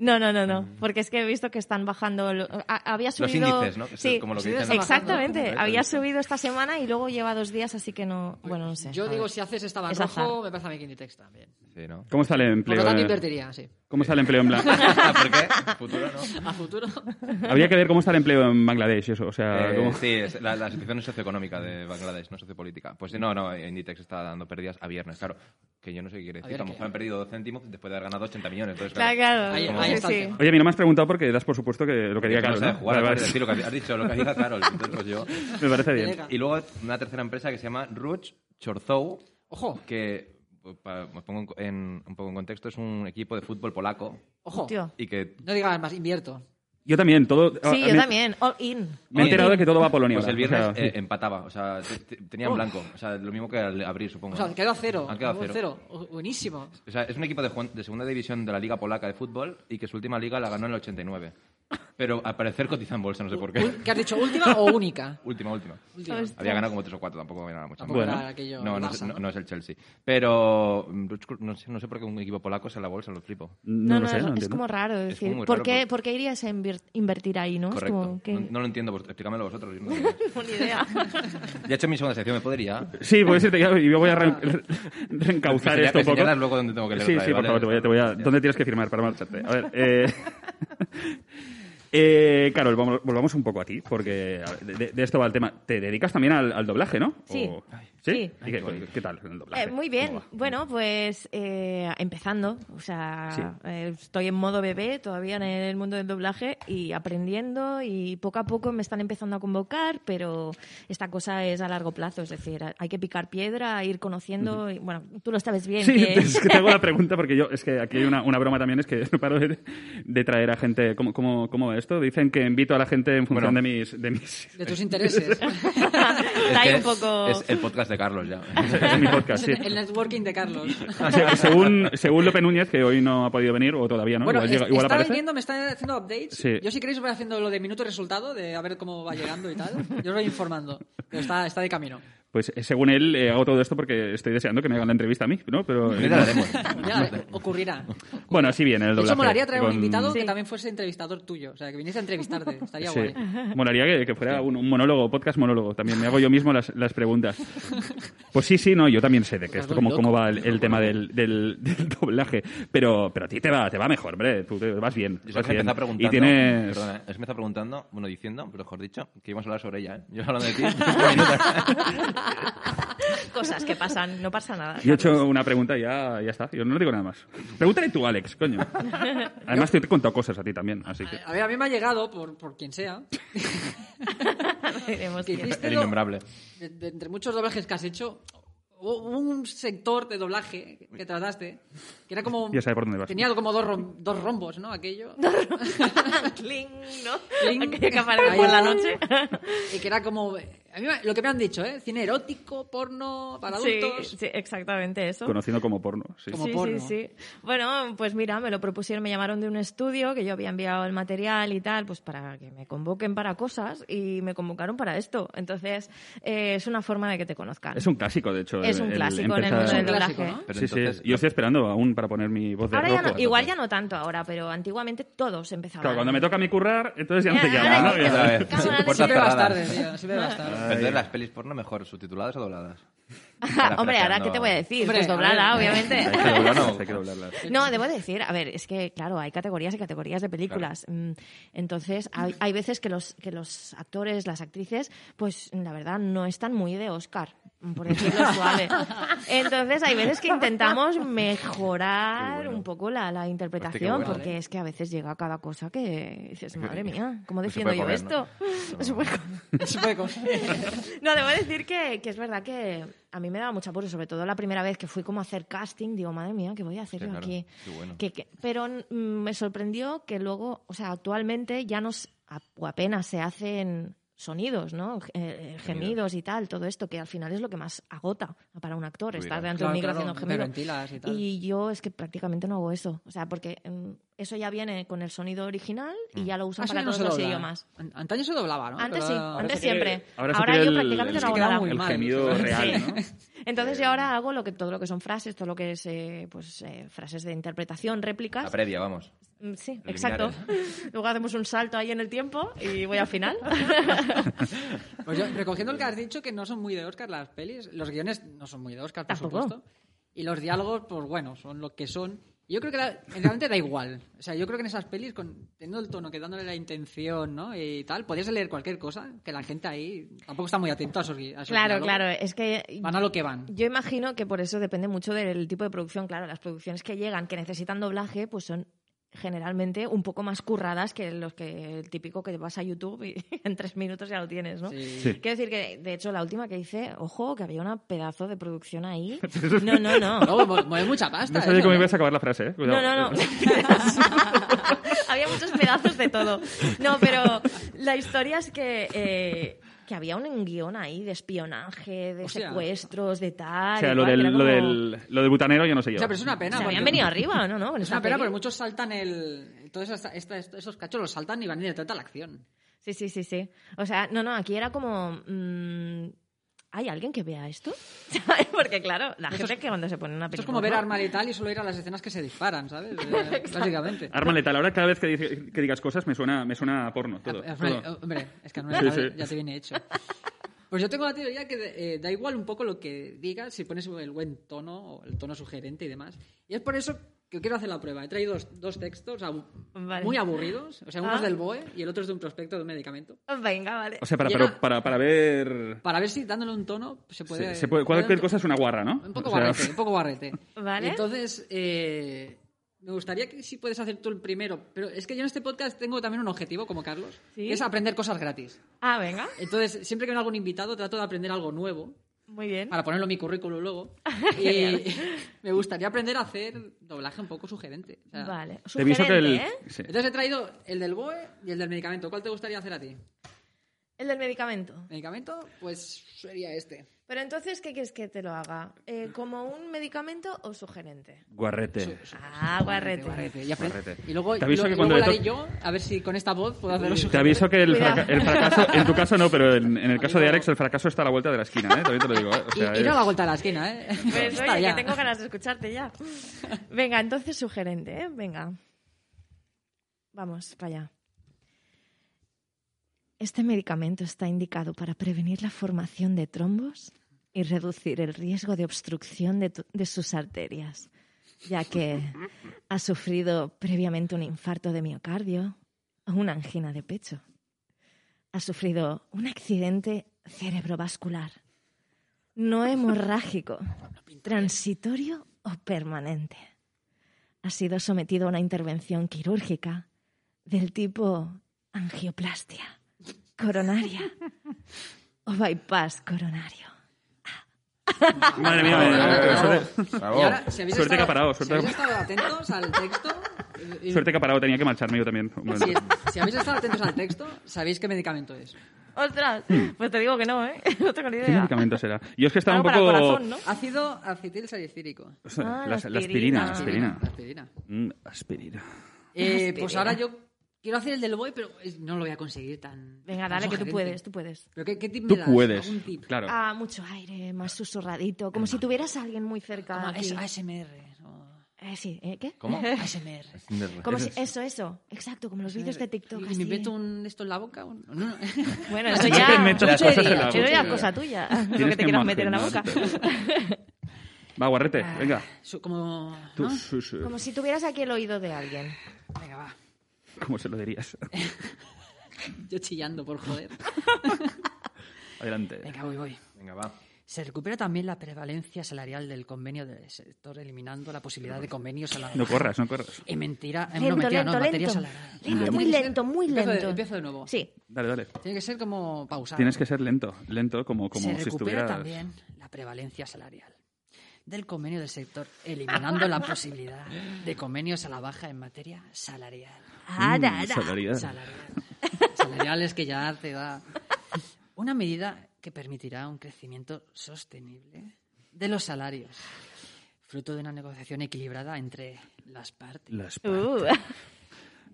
No, no, no, no, porque es que he visto que están bajando. lo- a- había
Mm. Los
subido.
índices, ¿no? Que es
Sí,
como lo que
Sí,
dicen.
Están bajando,
exactamente.
¿no?
Había subido esta semana y luego lleva dos días, así que no. Bueno, no sé.
yo
a
digo,
ver.
si haces estaba en
Es azar.
rojo, me parece a mí que Inditex también.
Sí, ¿no?
¿Cómo está el
Por
empleo?
lo tanto,
eh?
invertiría, sí.
¿Cómo está el empleo en blanco?
¿Por qué? Futuro, ¿no?
A futuro.
Habría que ver cómo está el empleo en Bangladesh, eso. O sea,
Eh,
cómo-
sí, es- la, la situación es socioeconómica de Bangladesh, no sociopolítica. Pues no, no, Inditex está dando pérdidas a viernes, claro. Que yo no sé qué quiere decir.
ver,
A lo mejor
¿qué?
han perdido dos céntimos después de haber ganado 80 millones. Entonces,
Claro, claro.
Ahí-
ahí
sí,
está el
sí.
tema.
Oye, a mí no me has preguntado porque das por supuesto que lo que diga
no
Carlos.
sabes
¿no?
jugar,
Vale,
acabas
vale.
de decir lo que has dicho, lo que diga Carol. entonces, pues yo.
Me parece bien.
Venga.
Y luego una tercera empresa que se llama Ruch Chorzou,
Ojo,
que, pues, para- os pongo en, en- un poco en contexto, es un equipo de fútbol polaco
ojo.
Tío.
y que
No digas más, invierto.
Yo también, todo. ah,
Sí, yo
me-
también. All in.
Me he enterado de que todo va a Polonia.
Pues el
ahora, o sea,
viernes eh, empataba, o sea, te- te- tenía en blanco, o sea, lo mismo que al abrir, supongo.
O sea,
¿no?
quedó a cero.
Han quedado a
Hubo
cero.
Bu- Buenísimo.
O sea, es un equipo de, juan- de segunda división de la Liga Polaca de Fútbol y que su última liga la ganó en el 89. Pero al parecer cotiza en bolsa, no sé por qué.
Ul- ¿Qué has dicho? ¿Última o única?
última, última.
Última.
Ostras.
Había ganado como tres o cuatro, tampoco ganaba mucho.
Tampoco
Bueno.
era aquello
No, no,
Barça,
es, no-
¿no?
no es el Chelsea. Pero mm, no sé, no sé por qué un equipo polaco se la bolsa, lo flipo.
No,
No,
lo
no,
sé, no
es
entiendo.
como raro
Es
decir.
muy
¿Por,
raro,
qué,
porque-
¿Por qué irías a invir- invertir ahí, no? Es
Correcto.
como que-
No, no lo entiendo, vos- explícamelo vosotros. yo no lo sé.
Ni idea.
ya he hecho mi segunda sección, ¿me podría?
Sí, pues sí, te- y yo voy a re- re- reencauzar
Me señala-
esto un
me
poco.
señalas luego dónde tengo que leer
Sí,
otra
sí,
vez,
por favor,
¿vale?
te voy a, te voy a- ¿Dónde tienes que firmar para marcharte? A ver. Eh... eh, Carol, vamos- volvamos un poco a ti, porque a ver, de, de esto va el tema. Te dedicas también al, al doblaje, ¿no?
Sí.
O- ¿Sí?
Sí.
¿Y qué, qué tal el doblaje?
Eh, muy bien.
¿Cómo va?
Bueno, pues eh, empezando. O sea,
Sí.
eh, estoy en modo bebé todavía en el mundo del doblaje y aprendiendo y poco a poco me están empezando a convocar, pero esta cosa es a largo plazo. Es decir, hay que picar piedra, ir conociendo. y, bueno, tú lo sabes bien.
Sí,
que-
es que te hago la pregunta porque yo, es que aquí hay una, una broma también, es que no paro de, de traer a gente. ¿Cómo, cómo, ¿Cómo va esto? Dicen que invito a la gente en función
Bueno.
de mis. De mis
De tus intereses.
Está ahí
que
un poco...
es el podcast de Carlos ya.
de mi podcast, sí.
El networking de Carlos.
Se- según, según López Núñez, que hoy no ha podido venir, o todavía no,
Bueno,
igual,
es-
llega- igual
está
aparece.
viniendo, me están haciendo updates.
Sí.
Yo si queréis voy haciendo lo de minuto y resultado, de a ver cómo va llegando y tal. Yo os voy informando. Pero está, está de camino.
Pues eh, según él, eh, hago todo esto porque estoy deseando que me hagan la entrevista a mí, ¿no? Pero, eh,
Ya la haremos.
Ya, Pues ocurrirá.
bueno, así viene el
De
doblaje.
hecho, molaría traer un
con-
invitado que
Sí.
también fuese entrevistador tuyo. O sea, que viniese a entrevistarte. Estaría
Sí.
guay.
Molaría que, que fuera un, un monólogo, podcast monólogo. También me hago yo mismo las, las preguntas. Pues sí, sí, no, yo también sé de que esto, cómo, cómo va el, el tema del, del- del doblaje. Pero, pero a ti te va, te va mejor, hombre. Tú te- vas bien.
Yo
vas
creo
Pues
que me
bien.
está preguntando.
Y tienes.
Perdona, ¿eh? es que me está preguntando, bueno, diciendo, mejor dicho, que íbamos a hablar sobre ella, ¿eh? Yo hablando de ti. cinco minutos.
Cosas que pasan, no pasa nada.
Yo he hecho una pregunta y ya, ya está. Yo no digo nada más. Pregúntale tú, Alex, coño. Además, te he contado cosas a ti también, así que.
A ver, a mí me ha llegado, por, por quien sea,
Carlos. Veremos
que
quién.
hiciste
El
do-
innombrable.
de- de entre muchos doblajes que has hecho, hubo hubo un sector de doblaje que trataste, que era como...
Ya sabe por dónde vas.
Tenía como dos, rom- dos rombos, ¿no? Aquello.
Cling, ¿no?
Cling.
Aquello que aparece
Ahí.
por la noche.
Y que era como... A mí me- lo que me han dicho, ¿eh? Cine erótico, porno, para
Sí,
adultos.
sí, exactamente eso.
Conocido como porno. Sí.
Como
sí,
porno.
sí, sí. Bueno, pues mira, me lo propusieron, me llamaron de un estudio que yo había enviado el material y tal, pues para que me convoquen para cosas y me convocaron para esto. Entonces, eh, es una forma de que te conozcan.
Es un clásico, de hecho.
Es un clásico en el
empezar-
mundo del
Es un clásico,
doblaje.
¿no?
Pero
Sí,
entonces-
sí. Yo estoy esperando aún para poner mi voz de
Ahora ya
roco.
no- igual ya no tanto ahora, pero antiguamente todos empezaban.
Claro, cuando me toca a mí currar, entonces ya no
Ya,
te llaman,
ahora
¿no?
ya
Ya
está.
sabes.
vez.
Ah,
Cabrón,
Sí, puertas
ahora siempre
Siempre vas
cerradas.
tarde, tío. Siempre vas tarde.
Ay.
Entonces, las pelis porno mejor, subtituladas o dobladas.
Hombre, ahora qué te voy a decir,
Hombre,
pues
a
doblada,
ver.
obviamente.
Hay que doblarlas, hay que doblarlas.
No, debo decir, a ver, es que, claro, hay categorías y categorías de películas. Mm, Entonces, hay, hay veces que los, que los actores, las actrices, pues la verdad no están muy de Oscar, mm, por decirlo suave. Entonces, hay veces que intentamos mejorar un poco la, la interpretación,
bueno. ¿eh?
porque es que a veces llega cada cosa que dices, madre mía, ¿cómo
No se
defiendo
puede
yo
comer,
esto?
¿no?
No se puede comer.
Se puede comer.
No, debo decir que, que es verdad que a mí me daba mucha apuro, sobre todo la primera vez que fui como a hacer casting, digo, madre mía, ¿qué voy a hacer
Sí,
yo
claro,
aquí?
qué bueno.
Que- que- pero mm, me sorprendió que luego, o sea, actualmente ya no s- a- o apenas se hacen sonidos, ¿no? G- eh, gemidos y tal, todo esto, que al final es lo que más agota para un actor,
Tú
estar
dirás.
delante de
Claro,
un micro
claro,
haciendo
te
gemidos.
ventilas y tal.
yo es que prácticamente no hago eso, o sea, porque mm, eso ya viene con el sonido original y ya lo usan
Eso
para
ya no
todos
se
los
dobla.
idiomas.
An- Antaño se doblaba, ¿no?
Antes
Pero
sí,
ahora-
antes
se quiere-
siempre.
ahora
Ahora,
se quiere
yo
el-
prácticamente
el-
no hago
Es que queda
nada.
muy
El
mal,
gemido
sí.
real, ¿no?
Entonces yo ahora hago lo que todo lo que son frases, todo lo que es eh, pues eh, frases de interpretación,
La
réplicas.
previa, vamos.
Mm, Sí,
preliminares.
exacto. Luego hacemos un salto ahí en el tiempo y voy al final.
Pues yo, recogiendo lo que has dicho, que no son muy de Oscar las pelis, los guiones no son muy de Oscar, por
Tampoco.
supuesto. Y los diálogos, pues bueno, son lo que son. Y Yo creo que la- realmente da igual. O sea, yo creo que en esas pelis, con, teniendo el tono, que dándole la intención, ¿no? Y tal, podías leer cualquier cosa, que la gente ahí tampoco está muy atenta a esos, gui- a esos
claro,
diálogos.
claro. Es que
Van a lo que van.
yo imagino que por eso depende mucho del tipo de producción. Claro, las producciones que llegan, que necesitan doblaje, pues son generalmente un poco más curradas que los que el típico que vas a YouTube y en tres minutos ya lo tienes, ¿no?
Sí.
Sí.
Quiero decir que, de hecho, la última que hice, ojo, que había una pedazo de producción ahí. No, no, no.
Luego mu- mueve mucha pasta.
No sabía
eso,
cómo
¿eh?
ibas a acabar la frase, ¿eh?
No, no, no. había muchos pedazos de todo. No, pero la historia es que, eh, que había un guión ahí de espionaje, de
O sea.
secuestros, de tal.
O sea,
de
lo
cual, que
del, lo,
era Ah, como-
del, lo del butanero yo no sé yo.
O sea, pero es una pena.
Se
porque-
habían venido arriba, ¿no? no
Es una pena porque muchos saltan el. Todos esta- esta- esos cachos los saltan y van directamente a la acción.
Sí, sí, sí, sí. O sea, no, no, aquí era como... mm, ¿Hay alguien que vea esto? ¿Sabes? Porque claro, la gente que cuando se pone una
Esto
película...
es como ver arma y tal y solo ir a las escenas que se disparan, ¿sabes? Eh, Básicamente.
Arma letal. Ahora cada vez que, dice- que digas cosas me suena, me suena a porno. Todo,
Ah, vale,
todo.
Hombre, es que no
Sí, sí.
ya te viene hecho. Pues yo tengo la teoría que de- eh, da igual un poco lo que digas, si pones el buen tono o el tono sugerente y demás. Y es por eso que quiero hacer la prueba. He traído dos, dos textos abu-
Vale.
muy aburridos. O sea, uno
Ah.
es del BOE y el otro es de un prospecto de un medicamento.
Venga, vale.
O sea, para,
Llega-
pero para, para ver...
Para ver si dándole un tono pues, se puede...
se- se puede- cualquier cosa es una guarra, ¿no?
Un poco
O sea,
barrete, un poco barrete.
Vale.
Y Entonces, eh, me gustaría que si puedes hacer tú el primero, pero es que yo en este podcast tengo también un objetivo, como Carlos,
¿Sí?
que es aprender cosas gratis.
Ah, venga.
Entonces, siempre que vengo algún invitado, trato de aprender algo nuevo
Muy bien.
para ponerlo en mi currículum luego.
Genial.
y me gustaría aprender a hacer doblaje un poco sugerente. o sea.
Vale.
te aviso que el...
Sugerente, ¿eh?
sí.
Entonces he traído el del BOE y el del medicamento. ¿Cuál te gustaría hacer a ti?
El del medicamento.
¿Medicamento? Pues sería este.
Pero entonces, ¿qué quieres que te lo haga? Eh, ¿Como un medicamento o sugerente?
Guarrete.
Ah, guarrete.
Guarrete, y aprende.
Guarrete.
Y luego,
Te aviso
y lo-
que cuando
luego
le
la haré
to-
yo, a ver si con esta voz puedo hacerlo
Te aviso que el,
Cuidado.
fraca- el fracaso, en tu caso no, pero en, en el caso de
Amigo.
Alex, el fracaso está a la vuelta de la esquina, ¿eh? También te lo digo. ¿eh? O sea,
y, y no
es-
a la vuelta a la esquina, ¿eh?
Pues
Está
oye,
ya.
que tengo ganas de escucharte ya. Venga, entonces sugerente, ¿eh? Venga. Vamos, para allá. Este medicamento está indicado para prevenir la formación de trombos y reducir el riesgo de obstrucción de, tu- de sus arterias, ya que ha sufrido previamente un infarto de miocardio o una angina de pecho. Ha sufrido un accidente cerebrovascular no hemorrágico, transitorio o permanente. Ha sido sometido a una intervención quirúrgica del tipo angioplastia coronaria o bypass coronario.
Madre mía, madre mía,
Bravo,
pero
bravo.
suerte,
Y ahora, si
Suerte
habéis
que
estado-
ha parado,
si
suerte-
habéis estado atentos al texto... y- y-
suerte que ha parado, tenía que marcharme yo también. Un momento.
si, si habéis estado atentos al texto, sabéis qué medicamento es.
¡Ostras! Pues te digo que no, ¿eh? No tengo ni
¿Qué
idea.
medicamento será? Yo es que estaba
Algo
un
para el
poco...
corazón, ¿no?
Ácido acetil salicílico.
O sea,
Ah,
la,
la
la aspirina,
aspirina.
aspirina.
Aspirina.
Mm, aspirina.
Eh, pues
Aspirina.
ahora yo quiero hacer el del boy, pero eh, no lo voy a conseguir tan.
Venga,
tan
dale, que tú
sugerente.
puedes, tú puedes.
¿Pero qué, qué tip me
Tú
das?
puedes.
¿Algún tip?
Claro.
Ah, mucho aire, más susurradito, como si tuvieras a alguien muy cerca.
Como
aquí.
es- ASMR. o-
Eh, sí, ¿eh? ¿qué?
¿Cómo?
ASMR.
Como si- eso, eso, exacto, como los vídeos de TikTok.
¿Y
así. ¿eh?
me meto un esto en la boca? Un- no, no.
Bueno, eso
Yo te
ya.
meto las cosas en la
Eso
boca.
ya es cosa tuya,
Tienes
lo que te
que
quieras meter en la boca.
imaginarte. Va, guarrete,
Ah.
venga.
Su- Como.
Tú,
¿no?
su- su-
Como si tuvieras aquí el oído de alguien.
Venga, va.
¿Cómo se lo dirías?
Yo chillando, por joder.
Adelante.
Venga, voy, voy.
Venga, va.
Se recupera también la prevalencia salarial del convenio del sector, eliminando la posibilidad de convenios a la.
No corras, no corras.
Y mentira. eh, no,
Lento,
mentira,
lento,
no, materia
lento.
salarial. Ah,
Lento, muy
tiene que ser-
lento, muy
Empiezo de-
lento.
Empiezo de nuevo.
Sí,
Dale, dale.
Tiene que ser como pausado.
Tienes que ser lento, lento, como, como
se
si
recupera
estuvieras... Mm,
también la prevalencia salarial del convenio del sector, eliminando la posibilidad de convenios a la baja en materia salarial.
Ah,
Mm, salarial.
Salarial. Salarial es que ya te da una medida que permitirá un crecimiento sostenible de los salarios, fruto de una negociación equilibrada entre las partes.
Las-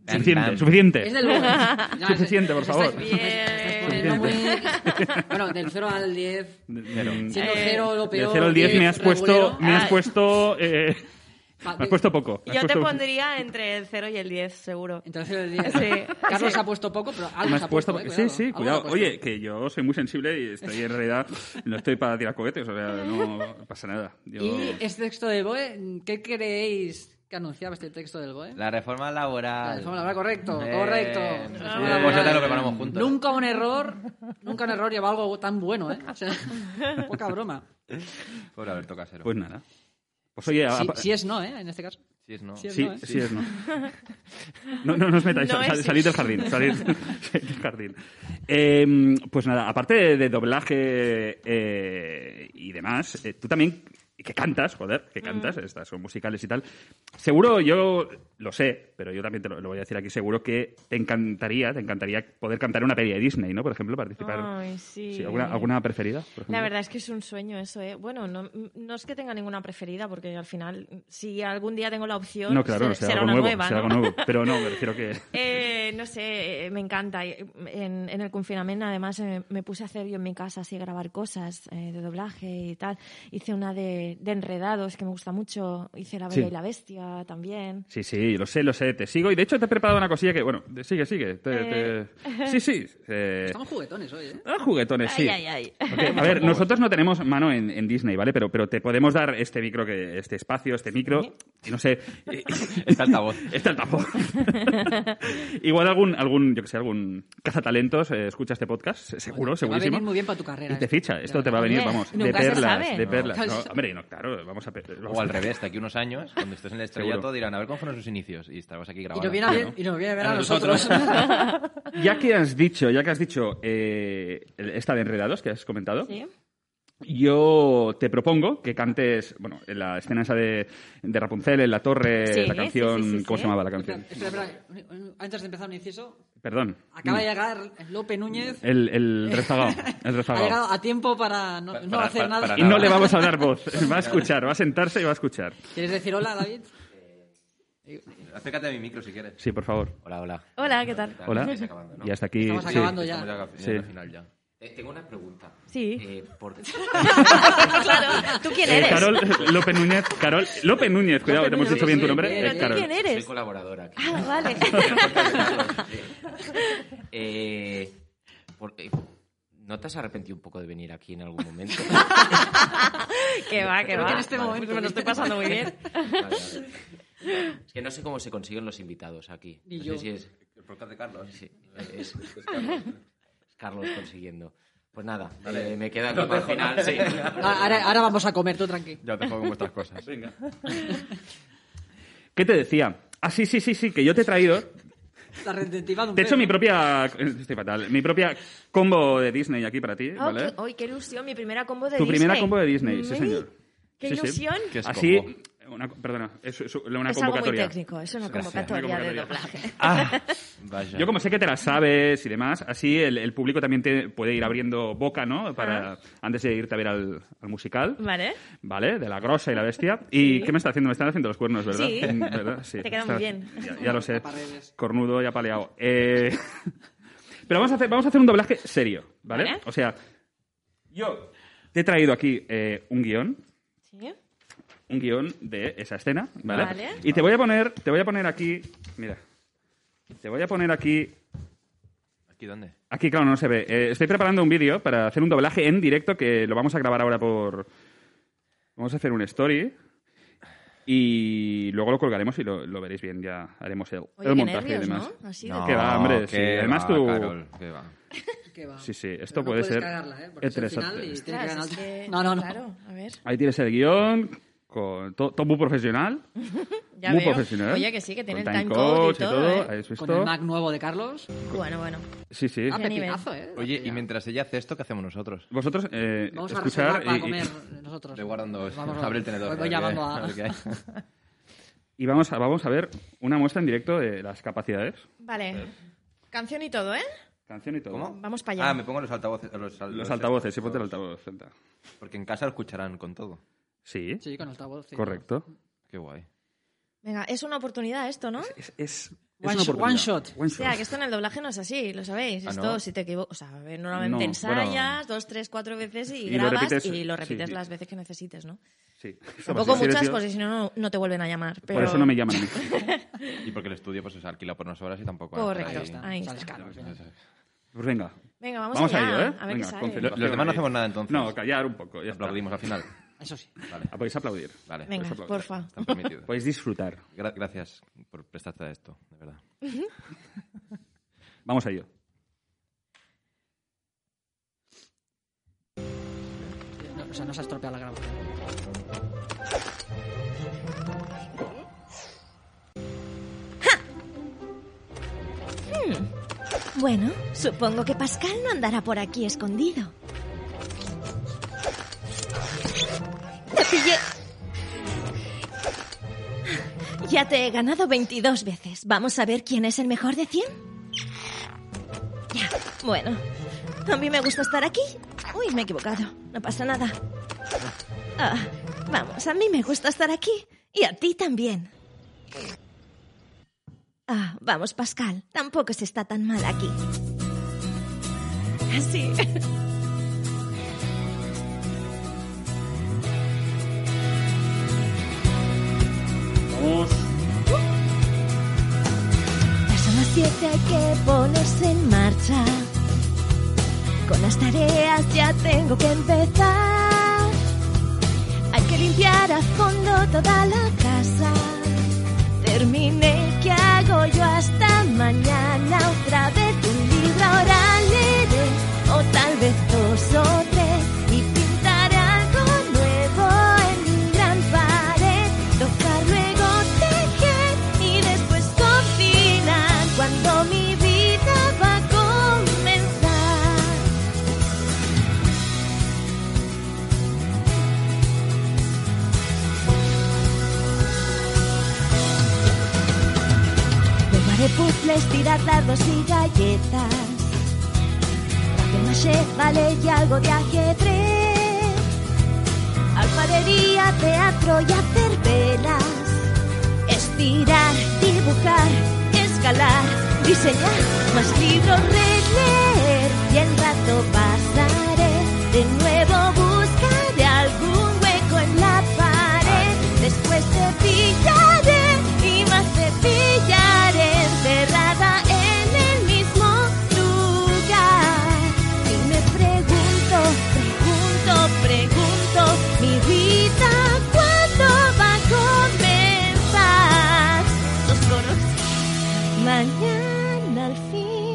Uh,
Suficiente, suficiente.
Es del bueno. Ya, es-
Suficiente, por
os
favor.
estáis- os estáis poniendo muy- Bueno, del 0 al 10.
Mm,
Siendo 0 lo
Del
peor.
0 al 10 me has puesto,
regulero. Ah,
me has
Ah.
puesto, eh,
Pa-
me has puesto poco. me has
Yo te
puesto-
pondría entre el 0 y el 10, seguro.
Entre el 0 y el 10.
Sí,
Carlos
sí.
ha puesto poco, pero algo
me
se
has
ha puesto.
puesto,
eh,
sí, sí,
cuidado. Algo
cuidado.
se ha puesto.
Oye, que yo soy muy sensible y estoy en realidad no estoy para tirar cohetes, o sea, no pasa nada. Yo-
¿Y este texto del BOE? ¿Qué creéis que anunciaba este texto del BOE?
La reforma laboral.
La reforma laboral, correcto,
Bien.
correcto.
Pues
Reforma
ya
laboral.
lo preparamos juntos.
Nunca un error, nunca un error lleva algo tan bueno, ¿eh? O sea, poca broma.
Pobre Alberto Casero.
Pues nada. Pues oye,
Si,
apa-
si es no, ¿eh? En este caso.
si es no.
si es
sí,
no, ¿eh?
sí es no. No, no, no os metáis,
No
sal-
es-
salid del jardín. Salid, salid del jardín. Eh, pues nada, aparte de, de doblaje eh, y demás, eh, tú también que cantas, joder, que
Mm.
cantas, estas son musicales y tal. Seguro, yo lo sé, pero yo también te lo, lo voy a decir aquí, seguro que te encantaría, te encantaría poder cantar en una peli de Disney, ¿no? Por ejemplo, participar.
Ay, sí.
¿alguna, alguna preferida? por ejemplo?
La verdad es que es un sueño eso, ¿eh? Bueno, no, no es que tenga ninguna preferida, porque al final, si algún día tengo la opción,
No, claro,
se-
no, será,
será
algo
una
nuevo,
nueva,
será
¿no?
algo nuevo. Pero no, me refiero que...
Eh, no sé, eh, me encanta. Eh, En, en el confinamiento, además, eh, me puse a hacer yo en mi casa así grabar cosas eh, de doblaje y tal. Hice una de, de enredados que me gusta mucho. Hice la Bella
Sí.
y la Bestia también.
Sí, sí, lo sé, lo sé, te sigo. Y de hecho te he preparado una cosilla que, bueno, te- sigue, sigue. te- te-
Eh.
Sí, sí. eh,
Estamos juguetones hoy, ¿eh?
Ah, juguetones, sí.
Ay, ay, ay.
Porque, a ver, nosotros no tenemos mano en, en Disney, ¿vale? Pero, pero te podemos dar este micro, que, este espacio, este micro, y no sé, eh,
Está altavoz.
este altavoz. Igual algún, algún, yo que sé, algún cazatalentos eh, escucha este podcast, se- seguro,
Te va a
segurísimo.
venir muy bien para ¿eh? tu carrera.
y te
esto.
ficha, esto
Ya
te va a venir,
Hombre,
vamos, de
nunca se
perlas,
sabe.
de perlas.
No.
No, hombre, no, claro, vamos a... pe- vamos
O
a-
al revés, de aquí unos años, cuando estés en el
Seguro.
estrellato, dirán, a ver cómo fueron sus inicios. Y estaremos aquí
Y
grabando.
nos viene a ver, y nos viene a, ver a nosotros.
Ya que has dicho, ya que has dicho eh, el- esta de Enredados que has comentado,
Sí.
yo te propongo que cantes, bueno, en la escena esa de, de Rapunzel en la torre,
Sí,
la
sí,
canción,
sí, sí,
¿cómo
sí.
se llamaba la canción?
espera, espera, espera. Antes de empezar un inciso,
Perdón.
Acaba de
Mira,
llegar Lope Núñez.
el, el rezagado. El
Ha
rezagado.
llegado a tiempo para no,
Pa-
no
para-
hacer
para-
nada.
para
Y no le vamos a dar voz. Va a escuchar, va a sentarse y va a escuchar.
¿Quieres decir hola, David?
Acércate a mi micro si quieres.
Sí, por favor.
Hola, hola.
Hola, ¿qué tal?
Hola.
Estáis acabando, ¿no?
Y hasta aquí.
Estamos
sí.
acabando ya.
Estamos ya
Sí.
al final ya.
Tengo una pregunta.
Sí.
Eh, ¿por-
Ah, claro, ¿tú quién
Eh,
eres?
Carol López Núñez. Carol López Núñez, cuidado,
López
te hemos
Núñez,
dicho bien
sí,
tu nombre.
sí,
Eh,
¿Pero tú
Carol.
quién
Soy
eres?
colaboradora aquí.
Ah, vale.
Eh, ¿por- eh, ¿No te has arrepentido un poco de venir aquí en algún momento?
que va, que
Creo
va.
que en este momento-
Me lo estoy pasando muy bien.
Vale, vale. Es que no sé cómo se consiguen los invitados aquí.
Ni
no
yo.
sé si es
El podcast de Carlos.
Sí, es, Carlos consiguiendo. Pues nada, eh, me queda
Lo
aquí para el
dejo, ¿no?
final. Sí.
Ah, Ahora, ahora vamos a comer, tú tranqui.
Ya te juego con vuestras cosas.
¿Qué te decía? Ah, sí, sí, sí, sí, que yo te he traído.
La retentiva de un
Te he hecho
perro.
mi propia. eh, Estoy fatal. Mi propia combo de Disney aquí para ti,
Oh,
¿vale?
qué, ay, qué ilusión! Mi primera combo de
Tu
Disney.
primera combo de Disney, sí,
Ay,
señor.
¡Qué
Sí, sí.
ilusión!
¿Qué es
Así.
combo?
Una, perdona, es, es una
es algo muy
convocatoria.
técnico, es una
Gracias.
convocatoria
Una
de
convocatoria.
doblaje.
Ah,
Vaya.
yo como sé que te la sabes y demás, así el, el público también te puede ir abriendo boca, ¿no? Para, Antes de irte a ver al, al musical.
Vale.
¿Vale? De la grosa y la bestia. ¿Y qué me está haciendo? Me están haciendo los cuernos, ¿verdad?
Sí.
Mm, ¿verdad? Sí.
Te queda muy
Está-
bien.
Ya, ya lo sé.
Taparredes.
Cornudo y apaleado. Eh, Pero vamos a, hacer, vamos a hacer un doblaje serio, ¿vale?
Vale.
O sea, yo te he traído aquí eh, un guión.
¿Sí?
Un guión de esa escena, ¿vale?
Vale.
Y te voy a poner, te voy a poner aquí. Mira. Te voy a poner aquí
¿Aquí dónde?
Aquí, claro, no se ve. Eh, estoy preparando un vídeo para hacer un doblaje en directo que lo vamos a grabar ahora por... Vamos a hacer un story y luego lo colgaremos y lo, lo veréis bien. Ya haremos el,
Oye,
el
qué
montaje y
nervios,
demás.
¿no? Así
No,
de...
Que va, hombre, sí.
que
Además
va,
tú-
Carol, que va.
Que va.
Sí, sí, esto
Pero no
puede
puedes
ser E
cagarla, ¿eh? Porque es el
estresante.
final y tiene que
Ostras,
ganar.
es que-
No, no, no.
Claro, a ver.
Ahí tienes el guión, con to- todo muy profesional.
Ya
muy
veo.
profesional.
Oye, que sí, que tiene
Con
el time code y todo, ¿eh?
ahí es
Con
esto.
el Mac nuevo de Carlos.
Bueno, bueno.
Sí, sí.
Ah,
Ya ni
pepinazo, ¿eh?
Oye, y mientras ella hace esto, ¿qué hacemos nosotros?
Vosotros, eh,
Vamos a
escuchar
reservar para
y- y,
comer nosotros.
Le guardando.
Vamos a-
Abre el tenedor.
Voy- Voy llamando
a ver qué
a...
hay.
y vamos, a, vamos a ver una muestra en directo de las capacidades.
Vale. Canción y todo, ¿eh?
Canción y todo.
¿Cómo?
Vamos para allá.
Ah, me pongo los altavoces. Los, al-
Los altavoces, sí, ponte el altavoz. Senta.
Porque en casa lo escucharán con todo.
Sí,
Sí, con altavoz. sí.
correcto.
Qué guay.
Venga, es una oportunidad esto, ¿no?
Es, es- es una
One shot,
oportunidad.
one shot.
One
O sea, que esto en el doblaje no es así, lo sabéis.
Ah,
esto,
¿no?
si te equivocas, o sea, a ver, normalmente
No,
ensayas dos, tres, cuatro veces y,
Y lo
grabas
repites,
y lo
sí, pues
repites
sí.
las veces que necesites, ¿no?
Sí. Estamos
Tampoco
en
muchas,
silencio.
porque si no, no, no te vuelven a llamar. Pero...
Por eso no me llaman a mí.
Y porque el estudio pues se alquila por unas horas y tampoco.
Correcto,
hay-
ahí
Sales
está.
Carlos, ya.
Pues venga.
Venga, vamos,
Vamos
allá,
a ello, ¿eh?
a
Venga,
ver qué
con
sale.
Felipe.
Los, los demás no hacemos nada entonces.
No, callar un poco. Ya está.
Aplaudimos al final.
Eso sí.
Vale,
Ah, Podéis aplaudir.
vale.
Venga,
Pues aplaudir.
porfa.
Está permitido.
Podéis disfrutar.
Gra- gracias por prestarte a esto, de verdad.
Vamos a ello.
No, o sea, no se ha estropeado la grabación.
Bueno, supongo que Pascal no andará por aquí escondido. ¡Te pillé! Ya te he ganado 22 veces. Vamos a ver quién es el mejor de 100. Ya, bueno. A mí me gusta estar aquí. Uy, me he equivocado. No pasa nada. Ah, vamos, a mí me gusta estar aquí. Y a ti también. Ah, vamos, Pascal. Tampoco se está tan mal aquí. Así.
Vamos.
Ya son las 7, hay que ponerse en marcha. Con las tareas ya tengo que empezar. Hay que limpiar a fondo toda la casa. Terminé, ¿qué hago yo hasta mañana? Otra vez un libro ahora leeré, o tal vez dos o tres, y pintaré algo nuevo en mi gran pared. Tocar luego tejer y después cocinar cuando mi vida va a comenzar. de puzzles, tirar dados y galletas. Papel vale y algo de ajedrez. Alfarería, teatro y hacer velas. Estirar, dibujar, escalar, diseñar, más libros releer. Y el rato pasaré, de nuevo buscaré algún hueco en la pared. Después te pillaré y más te pillaré encerrada en el mismo lugar. Y me pregunto, pregunto, pregunto, mi vida, ¿cuándo va a comenzar? Los coros. Mañana al fin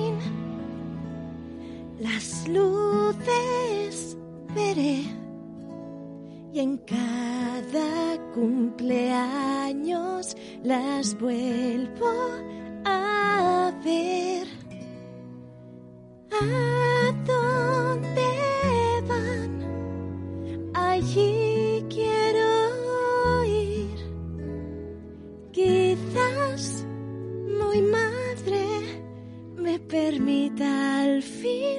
las luces veré y en cada cumpleaños las vuelvo a ver. ¿A dónde van? Allí quiero ir. Quizás muy madre me permita al fin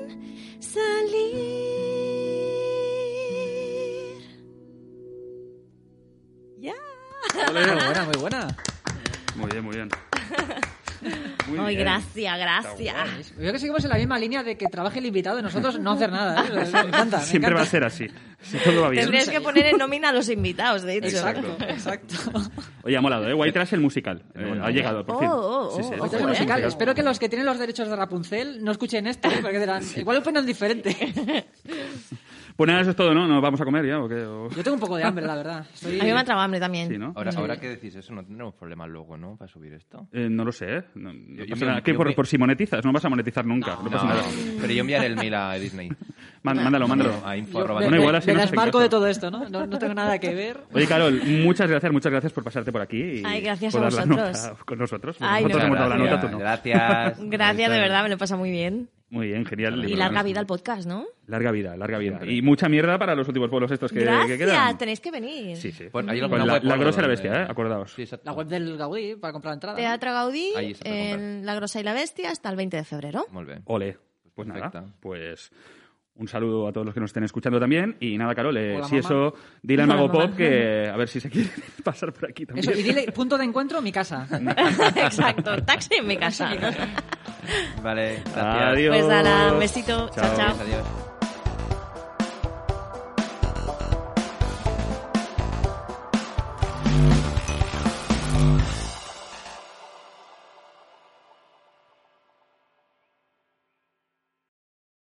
salir. Ya.
Muy buena, muy buena.
Muy bien, muy bien. Muy
Ay,
bien.
gracias, gracias.
Veo que seguimos en la misma línea de que trabaje el invitado y nosotros no hacer nada. ¿eh? Me encanta, me
Siempre
encanta.
va a ser así. Si todo va bien.
Tendrías que poner en nómina a los invitados, de hecho.
Exacto, exacto.
Oye, ha molado, ¿eh? White Trash el musical. Eh, ha llegado, por fin.
Oh, oh,
Sí, sí,
oh,
es
ojo,
Oye,
el
es musical.
musical.
Espero que los que tienen los derechos de Rapunzel no escuchen esto, ¿eh? porque dirán, igual opinan diferente.
Pues nada, eso es todo, ¿no? ¿Nos vamos a comer ya o qué? O-
Yo tengo un poco de hambre, la verdad. Estoy-
A mí me ha trabado hambre también.
Sí, ¿no?
Ahora, ahora que decís eso, no tendremos problemas luego, ¿no? Para subir esto.
Eh, no lo sé, ¿eh? No, no
Yo- yo
pasa
me-
nada. ¿Qué?
yo
Por,
me-
por si monetizas, no vas a monetizar nunca. No, pasa nada.
Pues pero yo enviaré el mail a Disney.
Man- mándalo, mándalo.
A info
Yo
arroba
me,
Bueno,
Disney.
igual
me-
así
me
no se
desmarco
encaja.
de todo esto, ¿no? ¿no? no tengo nada que ver.
Oye, Carol, muchas gracias, muchas gracias por pasarte por aquí. Y
Ay, gracias
por
a
dar la
vosotros.
nota con nosotros.
Ay,
nosotros
no.
hemos dado la nota, tú no.
Gracias.
Gracias, de verdad, me lo pasa muy bien.
Muy bien, genial.
Y larga vida al podcast, ¿no?
Larga vida, larga vida. Y mucha mierda para los últimos pueblos estos que, que
Gracias,
quedan.
tenéis que venir.
Sí, sí.
Bueno, Pues, hay
Con Pues
alguna
la,
web
la
o algo
grosa y la
donde-
bestia, ¿eh? Acordaos.
Sí, exacto.
La web del Gaudí para comprar entrada.
Teatro Gaudí,
Ahí está, para
en La Grosa y la Bestia, hasta el 20 de febrero.
Muy bien.
Ole. Pues nada,
Perfecto.
pues un saludo a todos los que nos estén escuchando también. Y nada, Carol, eh,
Hola,
si
mamá.
eso, dile al
Hola,
Mago
mamá.
Pop que a ver si se quiere pasar por aquí también.
Eso, y dile, punto de encuentro, mi casa.
Exacto, taxi en mi casa.
Vale, gracias.
Adiós.
Pues nada, un Pues besito. Chao, chao.
Adiós.